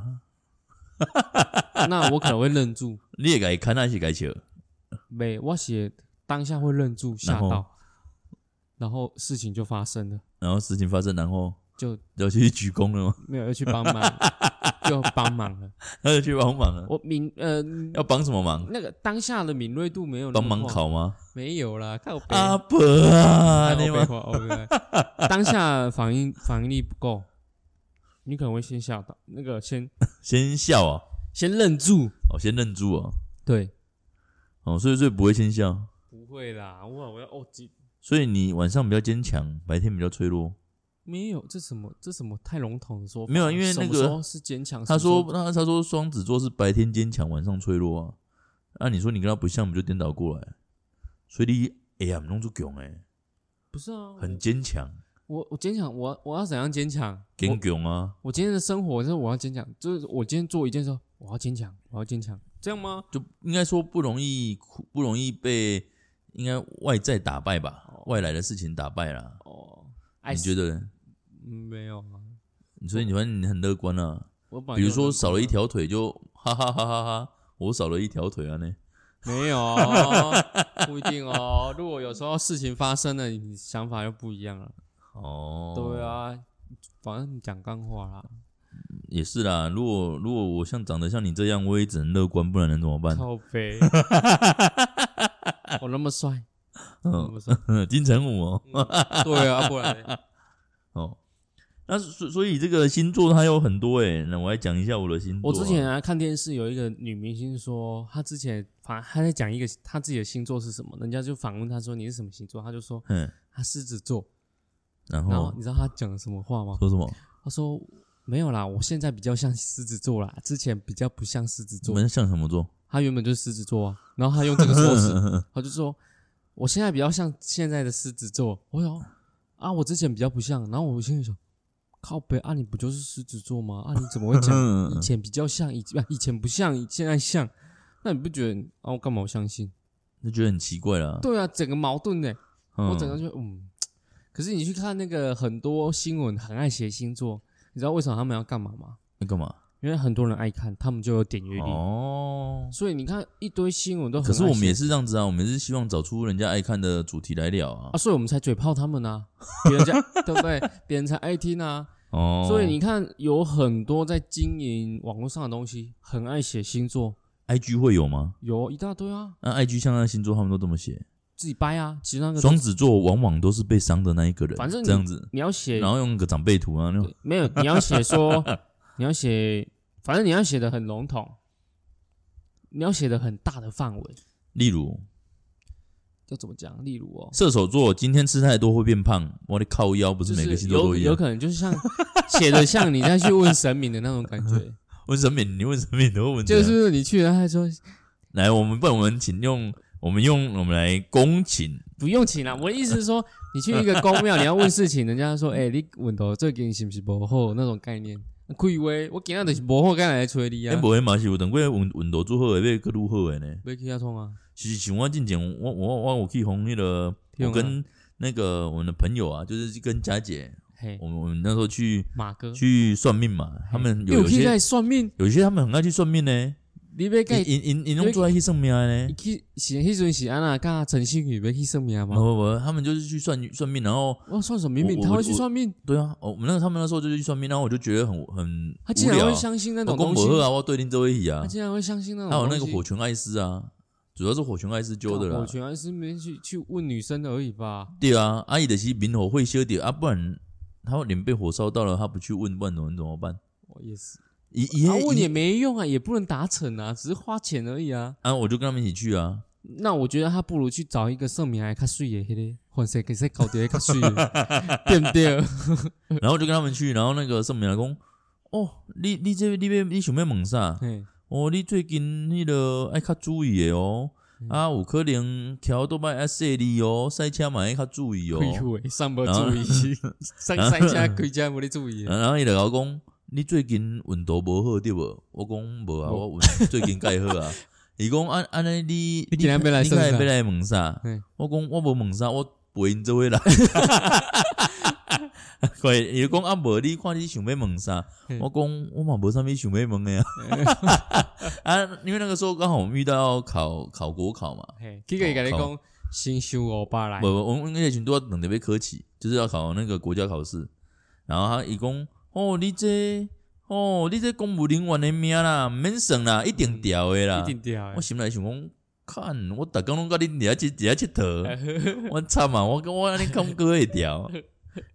[SPEAKER 2] 那我可能会愣住，
[SPEAKER 1] 你也该看，那是该笑。
[SPEAKER 2] 没，我写当下会愣住，吓
[SPEAKER 1] 然后
[SPEAKER 2] 到，然后事情就发生了，
[SPEAKER 1] 然后事情发生，然后
[SPEAKER 2] 就
[SPEAKER 1] 要去鞠躬了吗？
[SPEAKER 2] 没有要去帮忙，就帮忙了。
[SPEAKER 1] 他就去帮忙了。
[SPEAKER 2] 我敏呃，
[SPEAKER 1] 要帮什么忙？
[SPEAKER 2] 那个当下的啊敏锐度没有那
[SPEAKER 1] 帮
[SPEAKER 2] 么
[SPEAKER 1] 忙
[SPEAKER 2] 快
[SPEAKER 1] 考吗？
[SPEAKER 2] 没有啦，看我北
[SPEAKER 1] 阿伯啊，
[SPEAKER 2] 看
[SPEAKER 1] 那
[SPEAKER 2] 哎我北
[SPEAKER 1] 吗？
[SPEAKER 2] 话，我北话当下反应反应力不够，你可能会先吓到，那个先
[SPEAKER 1] 先笑啊，
[SPEAKER 2] 先愣住，
[SPEAKER 1] 哦，先认住啊，
[SPEAKER 2] 对，
[SPEAKER 1] 哦，所以所以不会先笑，
[SPEAKER 2] 不会啦，我我要哦，几
[SPEAKER 1] 所以你晚上比较坚强，白天比较脆弱。
[SPEAKER 2] 没有，这什么这什么太笼统的说法，
[SPEAKER 1] 没有因为那个
[SPEAKER 2] 什么时候是坚强，
[SPEAKER 1] 他
[SPEAKER 2] 什么
[SPEAKER 1] 说
[SPEAKER 2] 时候
[SPEAKER 1] 他他说双子座是白天坚强，晚上脆弱啊。那、你说你跟他不像，不就颠倒过来？所以你哎呀，弄出囧哎，
[SPEAKER 2] 不是啊，
[SPEAKER 1] 很坚强，
[SPEAKER 2] 我我坚强，我我要怎样坚强？
[SPEAKER 1] 坚
[SPEAKER 2] 我
[SPEAKER 1] 强啊，
[SPEAKER 2] 我今天的生活就是我要坚强，就是我今天做一件事，我要坚强，我要坚强，这样吗？
[SPEAKER 1] 就应该说不容易哭，不容易被应该外在打败吧，外来的事情打败啦。
[SPEAKER 2] 哦，爱
[SPEAKER 1] 你觉得呢？
[SPEAKER 2] 嗯没有啊？
[SPEAKER 1] 所以你发现你很乐观啊，
[SPEAKER 2] 我本来
[SPEAKER 1] 比如
[SPEAKER 2] 就
[SPEAKER 1] 说
[SPEAKER 2] 很
[SPEAKER 1] 少了一条腿就哈哈哈哈哈，我少了一条腿啊呢。
[SPEAKER 2] 没 有哦，不一定哦。如果有时候事情发生了，你想法又不一样了。
[SPEAKER 1] 哦，
[SPEAKER 2] 对，啊，反正你讲干话啦。
[SPEAKER 1] 也是啦。如果如果我像长得像你这样，我也只能乐观，不然能怎么办？
[SPEAKER 2] 靠 背，哦我那么帅，那
[SPEAKER 1] 嗯，
[SPEAKER 2] 么帅，
[SPEAKER 1] 金城武哦，
[SPEAKER 2] 嗯对啊，不然呢
[SPEAKER 1] 哦，那所所以这个星座它有很多诶、那我来讲一下我的星座
[SPEAKER 2] 我
[SPEAKER 1] 啊、
[SPEAKER 2] 之前啊看电视有一个女明星说，她之前反她在讲一个她自己的星座是什么，人家就反问她说你是什么星座，她就说
[SPEAKER 1] 嗯，
[SPEAKER 2] 她狮子座。
[SPEAKER 1] 然
[SPEAKER 2] 然后
[SPEAKER 1] 后
[SPEAKER 2] 你知道她讲了什么话吗？
[SPEAKER 1] 说什么？
[SPEAKER 2] 她说没有啦，我现在比较像狮子座啦，之前比较不像狮子
[SPEAKER 1] 我
[SPEAKER 2] 座。
[SPEAKER 1] 们像什么座？
[SPEAKER 2] 她原本就是狮子座啊，然后她用这个说辞，她就说我现在比较像现在的狮子座。我想啊，我之前比较不像，然后我心里想靠北啊，你不就是狮子座吗？啊，你怎么会讲
[SPEAKER 1] 嗯
[SPEAKER 2] 以前比较像，以前啊以前不像，现在像？那你不觉得啊？我干嘛我相信？
[SPEAKER 1] 就觉得很奇怪啦。
[SPEAKER 2] 对啊，整个矛盾呢、
[SPEAKER 1] 嗯
[SPEAKER 2] 我整个就嗯。可是你去看那个很多新闻，很爱写星座，你知道为什么他们要干嘛吗？
[SPEAKER 1] 那干嘛？
[SPEAKER 2] 因为很多人爱看，他们就有点阅率。
[SPEAKER 1] 哦，
[SPEAKER 2] 所以你看一堆新闻都很
[SPEAKER 1] 可
[SPEAKER 2] 爱
[SPEAKER 1] 是我们也
[SPEAKER 2] 写
[SPEAKER 1] 是这样子啊，我们也是希望找出人家爱看的主题来聊啊
[SPEAKER 2] 啊，。所以我们才嘴炮他们 啊，别人家对不对？别人才爱听啊。
[SPEAKER 1] 哦，
[SPEAKER 2] 所以你看，有很多在经营网络上的东西，很爱写星座，
[SPEAKER 1] IG 会有吗？
[SPEAKER 2] 有一大堆啊，
[SPEAKER 1] 那 IG 像那星座他们都这么写，
[SPEAKER 2] 自己掰啊。其实那个
[SPEAKER 1] 双子座往往都是被伤的那一个人，
[SPEAKER 2] 反正你
[SPEAKER 1] 这样子，
[SPEAKER 2] 你要写
[SPEAKER 1] 然后用个长辈图啊，那种
[SPEAKER 2] 没有，你要写说，你要写，反正你要写的很笼统，你要写的很大的范围，
[SPEAKER 1] 例如
[SPEAKER 2] 要怎么讲？例如哦，
[SPEAKER 1] 射手座今天吃太多会变胖，我的靠腰不
[SPEAKER 2] 就是
[SPEAKER 1] 每个星座
[SPEAKER 2] 有
[SPEAKER 1] 都一样
[SPEAKER 2] 有。可能就是像 写的像你再去问神明的那种感觉，
[SPEAKER 1] 问神明，你问神明，你会问这
[SPEAKER 2] 就
[SPEAKER 1] 样
[SPEAKER 2] 是你去了，他还说
[SPEAKER 1] 来，我们不然我们请用我们用我们来恭请
[SPEAKER 2] 不用请啦。我的意思是说，你去一个公庙，你 要问事情，人家说，哎、你问到这件是不是不好那种概念。可以喂，我今仔就是不好，干来催你
[SPEAKER 1] 哎，
[SPEAKER 2] 啊
[SPEAKER 1] 不？会嘛是有等过运运道做好的，要搁愈好的呢。
[SPEAKER 2] 不去他冲啊！
[SPEAKER 1] 其实像我进前，我我我我去红那个，
[SPEAKER 2] 用
[SPEAKER 1] 我
[SPEAKER 2] 啊
[SPEAKER 1] 跟那个我们的朋友啊，就是跟佳姐，
[SPEAKER 2] 嘿，
[SPEAKER 1] 我们我们那时候去
[SPEAKER 2] 马哥，
[SPEAKER 1] 去算命嘛，
[SPEAKER 2] 嗯
[SPEAKER 1] 他们有有
[SPEAKER 2] 去
[SPEAKER 1] 些
[SPEAKER 2] 在算命，
[SPEAKER 1] 有些他们很爱去算命呢，
[SPEAKER 2] 你要跟他
[SPEAKER 1] 因因因弄出来去算命啊的呢
[SPEAKER 2] 伊。去是迄阵是安那甲陈信宇要去算命
[SPEAKER 1] 不
[SPEAKER 2] 吗？
[SPEAKER 1] 不不，他们就是去算算命，然后
[SPEAKER 2] 我算什么命？
[SPEAKER 1] 我
[SPEAKER 2] 他
[SPEAKER 1] 我
[SPEAKER 2] 会去
[SPEAKER 1] 我
[SPEAKER 2] 算命？
[SPEAKER 1] 对啊，哦我们那个他们那时候就是去算命，然后我就觉得很很
[SPEAKER 2] 他竟
[SPEAKER 1] 无
[SPEAKER 2] 然
[SPEAKER 1] 聊
[SPEAKER 2] 会。相信那
[SPEAKER 1] 我
[SPEAKER 2] 种
[SPEAKER 1] 公
[SPEAKER 2] 东西
[SPEAKER 1] 婆？啊，我对定周一起啊
[SPEAKER 2] 他，竟然会相信那种
[SPEAKER 1] 还有
[SPEAKER 2] 东西？
[SPEAKER 1] 那个火拳艾斯啊，主要是火拳艾斯揪的
[SPEAKER 2] 干
[SPEAKER 1] 啦
[SPEAKER 2] 我。全然是没去去问女生的而已吧？
[SPEAKER 1] 对啊，阿姨的是明火会修点啊，不然他脸被火烧到了，他不去问，不然能怎么办？
[SPEAKER 2] 我也是，
[SPEAKER 1] 哦也
[SPEAKER 2] 啊
[SPEAKER 1] 也
[SPEAKER 2] 问也
[SPEAKER 1] 也
[SPEAKER 2] 没用啊，也不能达成啊，只是花钱而已啊。
[SPEAKER 1] 啊，我就跟他们一起去啊。
[SPEAKER 2] 那我觉得他不如去找一个算命还较水的迄个，或者给谁搞得较水的， 对不对？嗯
[SPEAKER 1] 然后我就跟他们去，然后那个圣母娘讲，哦，你你这你要你想要问啥？
[SPEAKER 2] 嘿，
[SPEAKER 1] 哦，你最近迄个爱较注意的哦，
[SPEAKER 2] 嗯
[SPEAKER 1] 啊，有可能桥都爱爱设你哦，赛车嘛爱较注意哦。
[SPEAKER 2] 开会上无
[SPEAKER 1] 然后
[SPEAKER 2] 注意，
[SPEAKER 1] 啊
[SPEAKER 2] 上三家开家无咧注意的，
[SPEAKER 1] 然后伊就甲我讲，你最近运动无好对无？我讲无啊，
[SPEAKER 2] 哦
[SPEAKER 1] 我运 最近改好啊。伊讲安安尼你
[SPEAKER 2] 你今天要来
[SPEAKER 1] 你
[SPEAKER 2] 算
[SPEAKER 1] 看
[SPEAKER 2] 啥
[SPEAKER 1] 要来问啥
[SPEAKER 2] 嗯？
[SPEAKER 1] 我讲我无问啥，我陪因做伙 来。快，伊就讲啊无你看你想要问啥？
[SPEAKER 2] 嗯
[SPEAKER 1] 我讲我嘛无啥物想要问的呀。 啊，因为那个时候刚好我们遇到考考国考嘛，
[SPEAKER 2] 嘿，这个伊甲你
[SPEAKER 1] 哦
[SPEAKER 2] 讲，先收五百来
[SPEAKER 1] 不。不，我们那些群都要等着被科起，就是要考那个国家考试。然后他一共哦，你这哦，你这公务人员的命啦，免算啦，一定调的啦
[SPEAKER 2] 嗯一。定掉
[SPEAKER 1] 我
[SPEAKER 2] 的。
[SPEAKER 1] 心内想讲，看我逐工拢甲你底下去底下佚 佗，我惨啊！我我安尼讲哥会调。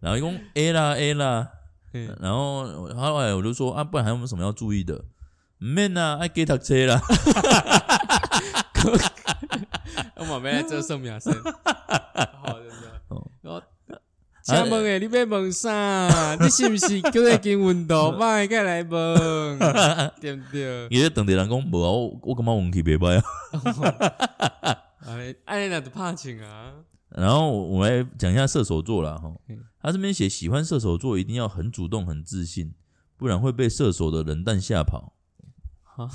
[SPEAKER 1] 然后伊讲 A 啦 A 啦，
[SPEAKER 2] 嗯
[SPEAKER 1] 然后我后来我就说啊，不然还有没有什么要注意的？唔免啦，爱给读册啦。
[SPEAKER 2] 我嘛要来做算命 先。好真的
[SPEAKER 1] 哦
[SPEAKER 2] 我请问诶，你要问 啥？你是不是叫你经运动？莫过来 问，对不对？
[SPEAKER 1] 伊咧当地人讲无啊，我我感觉运气袂歹啊。
[SPEAKER 2] 哎，安尼那就拍请啊。
[SPEAKER 1] 然后我来讲一下射手座啦，哈
[SPEAKER 2] 嗯，
[SPEAKER 1] 他这边写喜欢射手座一定要很主动、很自信，不然会被射手的冷淡吓跑。
[SPEAKER 2] 哈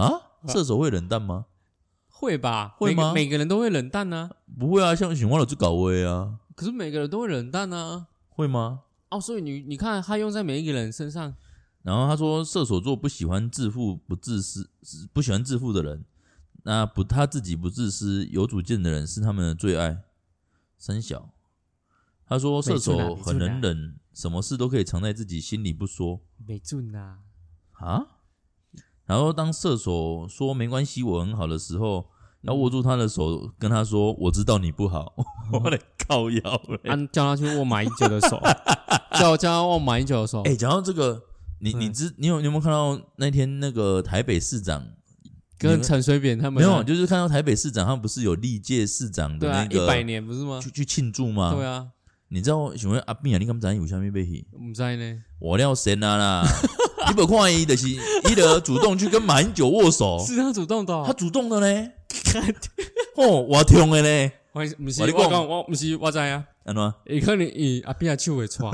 [SPEAKER 1] 啊？射手会冷淡吗？
[SPEAKER 2] 会吧？
[SPEAKER 1] 会吗
[SPEAKER 2] 每个每个人都会冷淡呐，
[SPEAKER 1] 不会啊，像喜欢了就搞威啊，
[SPEAKER 2] 可是每个人都会冷淡呐。
[SPEAKER 1] 会吗？
[SPEAKER 2] 哦，所以你你看，他用在每一个人身上，
[SPEAKER 1] 然后他说射手座不喜欢自负、不自私、不喜欢自负的人，那不他自己不自私、有主见的人是他们的最爱。三小，他说射
[SPEAKER 2] 没错
[SPEAKER 1] 手
[SPEAKER 2] 啦没错
[SPEAKER 1] 很
[SPEAKER 2] 啦
[SPEAKER 1] 能忍，什么事都可以藏在自己心里不说。
[SPEAKER 2] 没准呐。
[SPEAKER 1] 啊？然后当射手说“没关系，我很好”的时候，然后握住他的手，跟他说：“我知道你不好。” 我的靠腰嘞！
[SPEAKER 2] 啊，叫他去握马英九的手， 叫叫他握马英九的手。
[SPEAKER 1] 哎、讲到这个，你
[SPEAKER 2] 嗯
[SPEAKER 1] 你知你有你有没有看到那天那个台北市长？
[SPEAKER 2] 跟陈水扁他们
[SPEAKER 1] 没有，
[SPEAKER 2] 啊
[SPEAKER 1] 就是看到台北市长，他们不是有历届市长的
[SPEAKER 2] 对啊，
[SPEAKER 1] 那
[SPEAKER 2] 一
[SPEAKER 1] 个、
[SPEAKER 2] 百年不是吗？
[SPEAKER 1] 去去庆祝吗？
[SPEAKER 2] 对啊，
[SPEAKER 1] 你知道，请问阿斌啊，你敢知道有啥咪被去？
[SPEAKER 2] 唔知呢，
[SPEAKER 1] 我料神啊啦！ 你不看伊就是伊的主动去跟马英九握手，
[SPEAKER 2] 是他主动的
[SPEAKER 1] 他
[SPEAKER 2] 哦，
[SPEAKER 1] 主动的呢。哦，我痛的呢。
[SPEAKER 2] 我不是
[SPEAKER 1] 我
[SPEAKER 2] 我
[SPEAKER 1] 跟你讲
[SPEAKER 2] 讲我不是我知啊，
[SPEAKER 1] 安怎？
[SPEAKER 2] 伊可能伊阿扁手会错，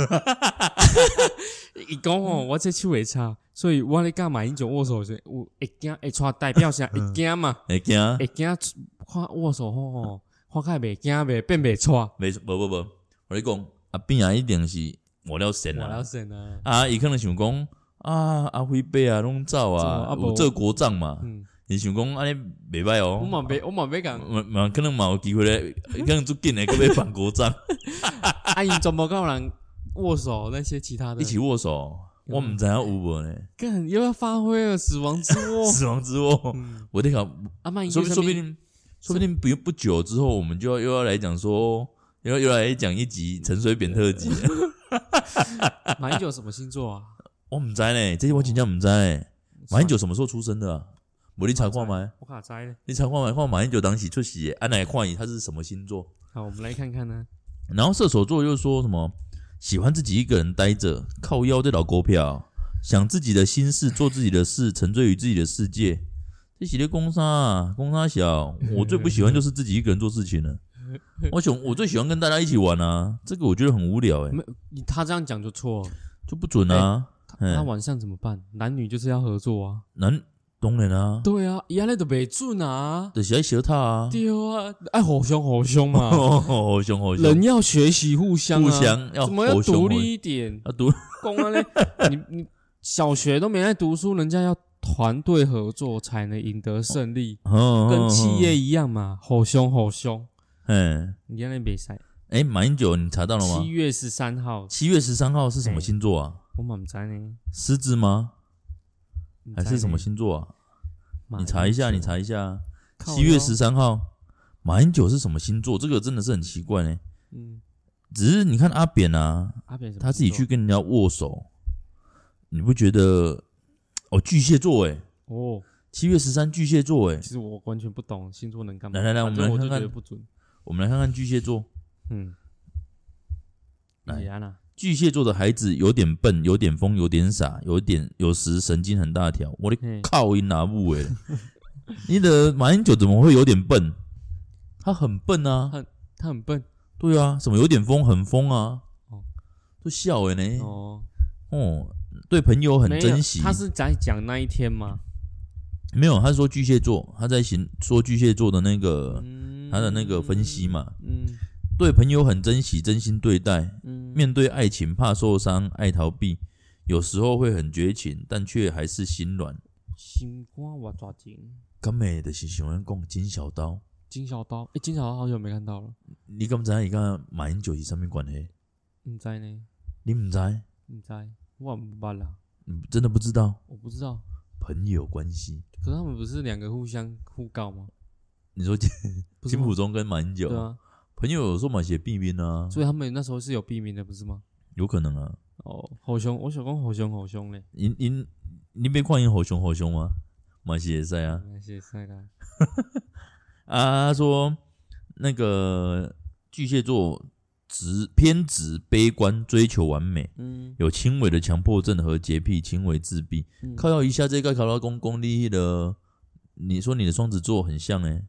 [SPEAKER 2] 伊讲吼，我这手会差，所以我咧甲马英九握手时，有会惊会带代表啥
[SPEAKER 1] 嗯
[SPEAKER 2] 会惊嘛，
[SPEAKER 1] 会惊？
[SPEAKER 2] 会惊看握手吼吼，看开袂惊袂变袂错，
[SPEAKER 1] 没，不不不，我跟你讲，阿斌啊一定是我了神
[SPEAKER 2] 我
[SPEAKER 1] 啊
[SPEAKER 2] 要，神啊，
[SPEAKER 1] 啊，伊可能想讲啊，阿辉伯啊，拢走啊，
[SPEAKER 2] 怎么啊
[SPEAKER 1] 有这国葬嘛，
[SPEAKER 2] 嗯，
[SPEAKER 1] 伊想讲安尼袂歹
[SPEAKER 2] 我
[SPEAKER 1] 哦，
[SPEAKER 2] 嘛袂我嘛袂讲，
[SPEAKER 1] 嘛嘛可能嘛有机会咧，可能最近诶，可要办国葬，
[SPEAKER 2] 啊因全部甲有人握手那些其他的，
[SPEAKER 1] 一起握手，我毋知影有无呢？
[SPEAKER 2] 干又要发挥了死亡之 握，
[SPEAKER 1] 死亡之握，
[SPEAKER 2] 哦嗯
[SPEAKER 1] 我得考，
[SPEAKER 2] 啊马英
[SPEAKER 1] 说
[SPEAKER 2] 九
[SPEAKER 1] 不
[SPEAKER 2] 什么
[SPEAKER 1] 说不定说不定不不久之后，我们就要又要来讲说，又要又来讲一集陈水扁特辑。
[SPEAKER 2] 马英九什么星座啊？
[SPEAKER 1] 我唔知呢，这些我真正唔知呢。马英九什么时候出生的、啊？我你查看吗？
[SPEAKER 2] 我卡摘了，
[SPEAKER 1] 你查看吗？看马英九当时出席，安、啊、来看伊他是什么星座？
[SPEAKER 2] 好，我们来看看呢，
[SPEAKER 1] 然后射手座又说什么喜欢自己一个人待着，靠腰这老股票，想自己的心事，做自己的事，沉醉于自己的世界。这系列攻杀啊，攻杀 小，我最不喜欢就是自己一个人做事情了。我喜我最喜欢跟大家一起玩啊，这个我觉得很无聊哎、
[SPEAKER 2] 没哎你他这样讲就错了。
[SPEAKER 1] 就不准啊。嗯、
[SPEAKER 2] 那晚上怎么办？男女就是要合作啊。
[SPEAKER 1] 男当然啊，
[SPEAKER 2] 对啊，伊安尼都袂准啊。
[SPEAKER 1] 就是爱小他啊。
[SPEAKER 2] 对啊，爱互相互相 嘛，
[SPEAKER 1] 哦， 好凶好凶，
[SPEAKER 2] 啊人要学习互相、啊，
[SPEAKER 1] 互相要
[SPEAKER 2] 怎么要
[SPEAKER 1] 互相
[SPEAKER 2] 独立一点？
[SPEAKER 1] 啊， 独
[SPEAKER 2] 公安嘞，你 你小学都没在读书，人家要团队合作才能赢得胜利，
[SPEAKER 1] 哦
[SPEAKER 2] 跟企，业一样嘛，互相互相。
[SPEAKER 1] 嗯，
[SPEAKER 2] 你安尼袂使。
[SPEAKER 1] 哎，马英九，你查到了
[SPEAKER 2] 七
[SPEAKER 1] 吗？
[SPEAKER 2] 月十哎三号，
[SPEAKER 1] 七月十三号是什么星座啊？
[SPEAKER 2] 我嘛唔知呢，
[SPEAKER 1] 狮子吗？
[SPEAKER 2] 不知
[SPEAKER 1] 还
[SPEAKER 2] 呢
[SPEAKER 1] 是什么？星座啊？
[SPEAKER 2] 马
[SPEAKER 1] 你查一下，
[SPEAKER 2] 英九
[SPEAKER 1] 你查一下，啊
[SPEAKER 2] 靠
[SPEAKER 1] 七月
[SPEAKER 2] 腰
[SPEAKER 1] 十三号，马英九是什么星座？这个真的是很奇怪呢。
[SPEAKER 2] 嗯，
[SPEAKER 1] 只是你看阿扁啊，
[SPEAKER 2] 阿扁什么
[SPEAKER 1] 他自己去
[SPEAKER 2] 星座
[SPEAKER 1] 跟人家握手，你不觉得？哦，巨蟹座哎，
[SPEAKER 2] 哦。
[SPEAKER 1] 七月十三巨蟹座哎，
[SPEAKER 2] 其实我完全不懂星座能干嘛。
[SPEAKER 1] 来来来
[SPEAKER 2] 反
[SPEAKER 1] 我们来
[SPEAKER 2] 正我就
[SPEAKER 1] 看看
[SPEAKER 2] 觉得不准。
[SPEAKER 1] 我们来看看巨蟹座。
[SPEAKER 2] 嗯，
[SPEAKER 1] 来
[SPEAKER 2] 李安啊娜，
[SPEAKER 1] 巨蟹座的孩子有点笨，有点疯，有点傻，有点有时神经很大条。我的
[SPEAKER 2] 嗯
[SPEAKER 1] 靠，你拿不哎！ 你的马英九怎么会有点笨？他很笨啊，
[SPEAKER 2] 他很笨
[SPEAKER 1] 对啊，什么有点疯，很疯啊
[SPEAKER 2] 哦，
[SPEAKER 1] 都笑哎呢。
[SPEAKER 2] 哦，
[SPEAKER 1] 哦，对朋友很
[SPEAKER 2] 没有
[SPEAKER 1] 珍惜。
[SPEAKER 2] 他是在讲那一天吗？
[SPEAKER 1] 没有，他说巨蟹座，他在行说巨蟹座的那个
[SPEAKER 2] 嗯，
[SPEAKER 1] 他的那个分析，嘛，
[SPEAKER 2] 嗯
[SPEAKER 1] 对朋友很珍惜，真心对待，
[SPEAKER 2] 嗯，
[SPEAKER 1] 面对爱情怕受伤，爱逃避，有时候会很绝情，但却还是心软。
[SPEAKER 2] 心肝我抓紧，
[SPEAKER 1] 甘美的是喜欢讲金小刀，
[SPEAKER 2] 金小刀，哎，金小刀好久没看到了，
[SPEAKER 1] 你敢知影伊甲马英九是啥物关系？
[SPEAKER 2] 你知呢？
[SPEAKER 1] 你毋知？
[SPEAKER 2] 你知？我不捌啦，
[SPEAKER 1] 你真的不知道？
[SPEAKER 2] 我不知道。
[SPEAKER 1] 朋友关系，
[SPEAKER 2] 可是他们不是两个互相互告吗？
[SPEAKER 1] 你说金
[SPEAKER 2] 不是
[SPEAKER 1] 金
[SPEAKER 2] 吗
[SPEAKER 1] 溥中跟马英九，
[SPEAKER 2] 对啊，
[SPEAKER 1] 朋友有时候嘛写避免啊，
[SPEAKER 2] 所以他们那时候是有避名的，不是吗？
[SPEAKER 1] 有可能啊。
[SPEAKER 2] 哦，好凶，我想讲好凶好凶嘞，
[SPEAKER 1] 因因你别看因好凶好凶吗？嘛是会使啊。
[SPEAKER 2] 那些塞啦，
[SPEAKER 1] 啊，他说那个巨蟹座直偏执、悲观、追求完美，
[SPEAKER 2] 嗯，
[SPEAKER 1] 有轻微的强迫症和洁癖，轻微自闭。
[SPEAKER 2] 嗯
[SPEAKER 1] 靠要一下这个考到公公立的，你说你的双子座很像哎、欸，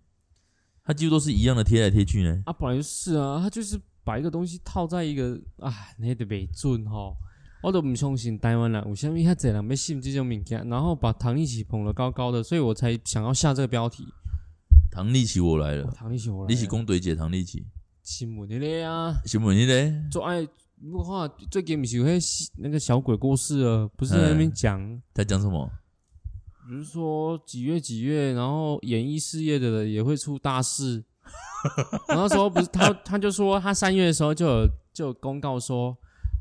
[SPEAKER 1] 它几乎都是一样的贴来贴去呢、
[SPEAKER 2] 啊，本来就是啊，他就是把一个东西套在一个啊，那得袂准吼。我都唔相信台湾人有啥物遐侪人要信这种物件，然后把唐立奇捧得高高的，所以我才想要下这个标题。
[SPEAKER 1] 唐立奇我来了，
[SPEAKER 2] 唐立奇我来了，
[SPEAKER 1] 立奇公怼姐唐立奇，
[SPEAKER 2] 新闻迄个啊，
[SPEAKER 1] 新闻嘞，
[SPEAKER 2] 做爱我看最近不是有迄那个小鬼故事啊，不是在那边讲，
[SPEAKER 1] 他讲什么？
[SPEAKER 2] 比如说几月几月，然后演艺事业的人也会出 大事。然后那时候不是他，他就说他三月的时候就有就有公告说，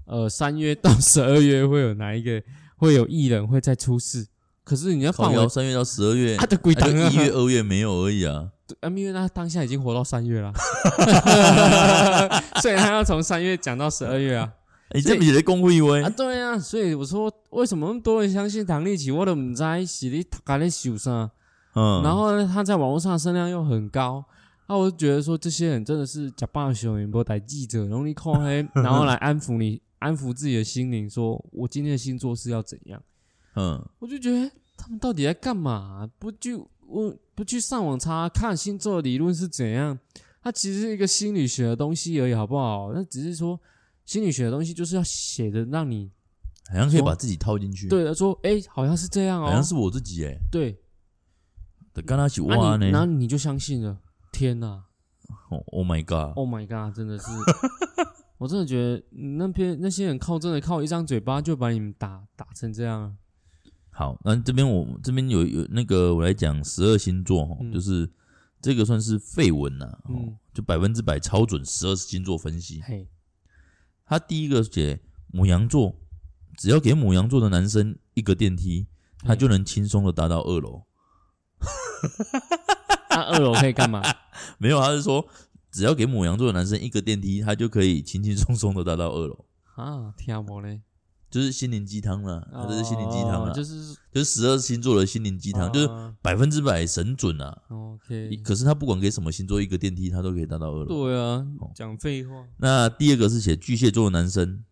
[SPEAKER 2] 呃，三月到十二月会有哪一个会有艺人会再出事。可是你要
[SPEAKER 1] 靠
[SPEAKER 2] 放
[SPEAKER 1] 腰
[SPEAKER 2] 我
[SPEAKER 1] 三月到十二月，
[SPEAKER 2] 他的鬼
[SPEAKER 1] 啊
[SPEAKER 2] 档
[SPEAKER 1] 就
[SPEAKER 2] 啊
[SPEAKER 1] 一，月、二月没有而已啊。
[SPEAKER 2] 啊，因为他当下已经活到三 月了，所以他要从三月讲到十二月啊。
[SPEAKER 1] 你
[SPEAKER 2] 所以
[SPEAKER 1] 哎这不是在公会威
[SPEAKER 2] 啊，？对啊，所以我说为什么那么多人相信唐立奇，我都唔知是你大家在想啥。
[SPEAKER 1] 嗯，
[SPEAKER 2] 然后呢，他在网络上的声量又很高，那、我就觉得说这些人真的是假扮熊眼波逮记者，容易 控黑，然后来安抚你，安抚自己的心灵，说我今天的星座是要怎样？
[SPEAKER 1] 嗯，
[SPEAKER 2] 我就觉得他们到底在干嘛、不就我不去上网查看星座理论是怎样？它其实是一个心理学的东西而已，好不好？那只是说心理学的东西就是要写的让你
[SPEAKER 1] 好像可以
[SPEAKER 2] 说
[SPEAKER 1] 把自己套进去，，
[SPEAKER 2] 对的说，哎、好像是这样
[SPEAKER 1] 嗯
[SPEAKER 2] 哦、
[SPEAKER 1] 好像是我自己哎，
[SPEAKER 2] 对，
[SPEAKER 1] 跟他起
[SPEAKER 2] 那、
[SPEAKER 1] 哇
[SPEAKER 2] 你然后
[SPEAKER 1] 呢
[SPEAKER 2] 你就相信了，天哪、
[SPEAKER 1] 哦，Oh my god，
[SPEAKER 2] Oh my god！真的是，我真的觉得你那边那些人靠真的靠一张嘴巴就把你们打打成这样啊。
[SPEAKER 1] 好，那这边我这边有有那个我来讲十二星座哈，
[SPEAKER 2] 嗯
[SPEAKER 1] 就是这个算是绯闻呐，哦
[SPEAKER 2] 嗯，
[SPEAKER 1] 就百分之百超准十二星座分析，
[SPEAKER 2] 嘿，
[SPEAKER 1] 他第一个写母羊座，只要给母羊座的男生一个电梯，他
[SPEAKER 2] 嗯
[SPEAKER 1] 就能轻松的达到二楼。
[SPEAKER 2] 那啊二楼可以干嘛？
[SPEAKER 1] 没有，他是说只要给母羊座的男生一个电梯，他就可以轻轻松松的达到二楼。
[SPEAKER 2] 啊，听不嘞？
[SPEAKER 1] 就是心灵鸡汤啦，啊他这是心灵鸡汤啦，
[SPEAKER 2] 哦
[SPEAKER 1] 就
[SPEAKER 2] 就是是
[SPEAKER 1] 就是十二星座的心灵鸡汤，就是
[SPEAKER 2] 啊
[SPEAKER 1] 百分之百神准啊。
[SPEAKER 2] OK。
[SPEAKER 1] 可是他不管给什么星座一个电梯，他都可以达到二楼。
[SPEAKER 2] 对啊
[SPEAKER 1] 哦，
[SPEAKER 2] 讲废话。
[SPEAKER 1] 那第二个是写巨蟹座的男生，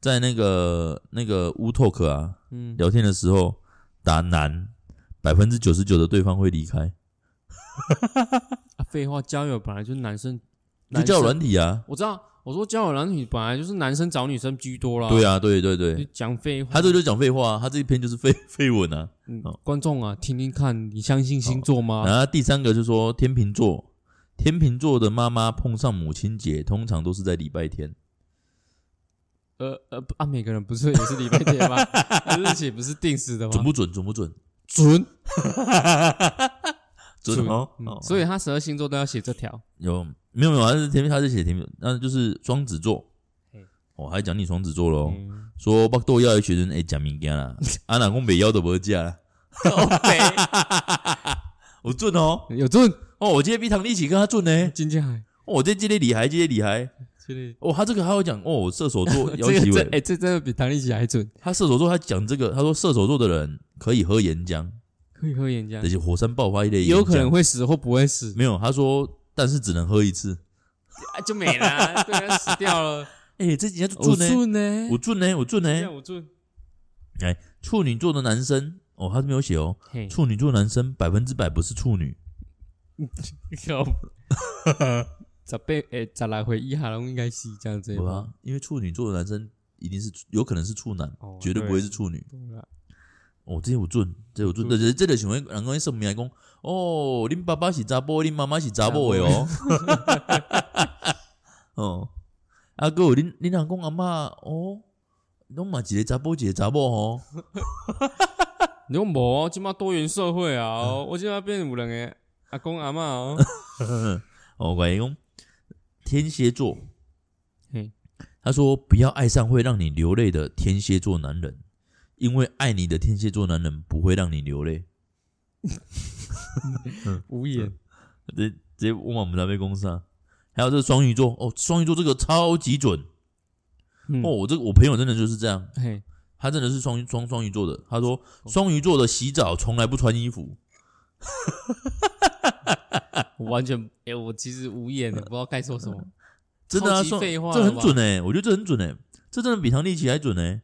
[SPEAKER 1] 在那个那个乌 talk 啊，
[SPEAKER 2] 嗯，
[SPEAKER 1] 聊天的时候打男，百分之九十九的对方会离开，
[SPEAKER 2] 啊废话，交友本来就是男生，
[SPEAKER 1] 就
[SPEAKER 2] 男
[SPEAKER 1] 叫
[SPEAKER 2] 生
[SPEAKER 1] 软体啊。
[SPEAKER 2] 我知道，我说交友男女本来就是男生找女生居多啦。
[SPEAKER 1] 对
[SPEAKER 2] 啊，
[SPEAKER 1] 啊，对对对，
[SPEAKER 2] 讲废话。
[SPEAKER 1] 他这个就讲废话啊、他这一篇就是废 废文啊。
[SPEAKER 2] 嗯
[SPEAKER 1] 哦
[SPEAKER 2] 观众啊，听听看，你相信星座吗？
[SPEAKER 1] 然后第三个就说天秤座，天秤座的妈妈碰上母亲节，通常都是在礼拜天。
[SPEAKER 2] 呃呃，不啊，每个人不是也是礼拜天 吗？日期不是定时的吗？
[SPEAKER 1] 准不准？准不准？
[SPEAKER 2] 准
[SPEAKER 1] 准哦。
[SPEAKER 2] 嗯
[SPEAKER 1] 哦
[SPEAKER 2] 所以他十二星座都要写这条。
[SPEAKER 1] 有没有没有？他是天秤，他是写天秤，那就是双子座
[SPEAKER 2] 嘿。
[SPEAKER 1] 我、还讲你双子座喽、
[SPEAKER 2] 嗯，
[SPEAKER 1] 说北斗要的学生会食物件 啦，啊，若讲北要都无食啦。 有准哦，
[SPEAKER 2] 有准，
[SPEAKER 1] 哦，我今天比唐立奇跟他准呢、
[SPEAKER 2] 金金海，
[SPEAKER 1] 哦，我这今天厉害，今天厉害。
[SPEAKER 2] 这里
[SPEAKER 1] 哦，他这个还有讲哦，射手 座姚
[SPEAKER 2] 这
[SPEAKER 1] 启
[SPEAKER 2] 个这
[SPEAKER 1] 伟，
[SPEAKER 2] 哎，这真的比唐立奇还准，
[SPEAKER 1] 他射手座他讲这个，他说射手座的人可以喝岩浆，
[SPEAKER 2] 可以喝岩浆
[SPEAKER 1] 而，且火山爆发一类岩浆，
[SPEAKER 2] 有可能会死或不会死，
[SPEAKER 1] 没有。他说，但是只能喝一次。
[SPEAKER 2] 啊，就没了，对啊，死掉 了。
[SPEAKER 1] 哎、这几天就
[SPEAKER 2] 我
[SPEAKER 1] 准呢、哎
[SPEAKER 2] 准呢，
[SPEAKER 1] 我准呢、我准呢、
[SPEAKER 2] 对啊我准，
[SPEAKER 1] 处女座的男生哦，他是没有写哦，
[SPEAKER 2] 嘿，
[SPEAKER 1] 处女座男生百分之百不是处女，
[SPEAKER 2] 靠，十八哎，十来回一下龙应该是这样子
[SPEAKER 1] 对
[SPEAKER 2] 吧？
[SPEAKER 1] 吧？因为处女座的男生一定是有可能是处男，
[SPEAKER 2] 哦
[SPEAKER 1] 绝对不会是处女。
[SPEAKER 2] 对啊啦
[SPEAKER 1] 哦，这有准，这有准，对对，这个想问，人讲什么来讲？哦，恁爸爸是查甫，恁妈妈是查某的哦。 哦，啊，还有恁恁阿公阿嬷哦，拢嘛一个查甫一个查某哦。
[SPEAKER 2] 你讲无，即马多元社会啊哦，我即马变有两个阿公阿嬷哦，
[SPEAKER 1] 哦，我讲天蝎座
[SPEAKER 2] 嘿，
[SPEAKER 1] 他说不要爱上会让你流泪的天蝎座男人，因为爱你的天蝎座男人不会让你流泪。
[SPEAKER 2] 无言。
[SPEAKER 1] 这这我们不知道被攻杀。还有这个双鱼座哦，双鱼座这个超级准。
[SPEAKER 2] 嗯
[SPEAKER 1] 哦，，我这个我朋友真的就是这样，
[SPEAKER 2] 嘿，
[SPEAKER 1] 他真的是双双双鱼座的。他说
[SPEAKER 2] 哦
[SPEAKER 1] 双鱼座的洗澡从来不穿衣服，
[SPEAKER 2] 我完全哎、我其实无
[SPEAKER 1] 呃
[SPEAKER 2] 言的，不知道该说什么。
[SPEAKER 1] 真的啊，
[SPEAKER 2] 超级
[SPEAKER 1] 双
[SPEAKER 2] 废话
[SPEAKER 1] 这
[SPEAKER 2] 了
[SPEAKER 1] 很
[SPEAKER 2] 吧
[SPEAKER 1] 准哎、我觉得这很准哎、这真的比唐立奇还准哎、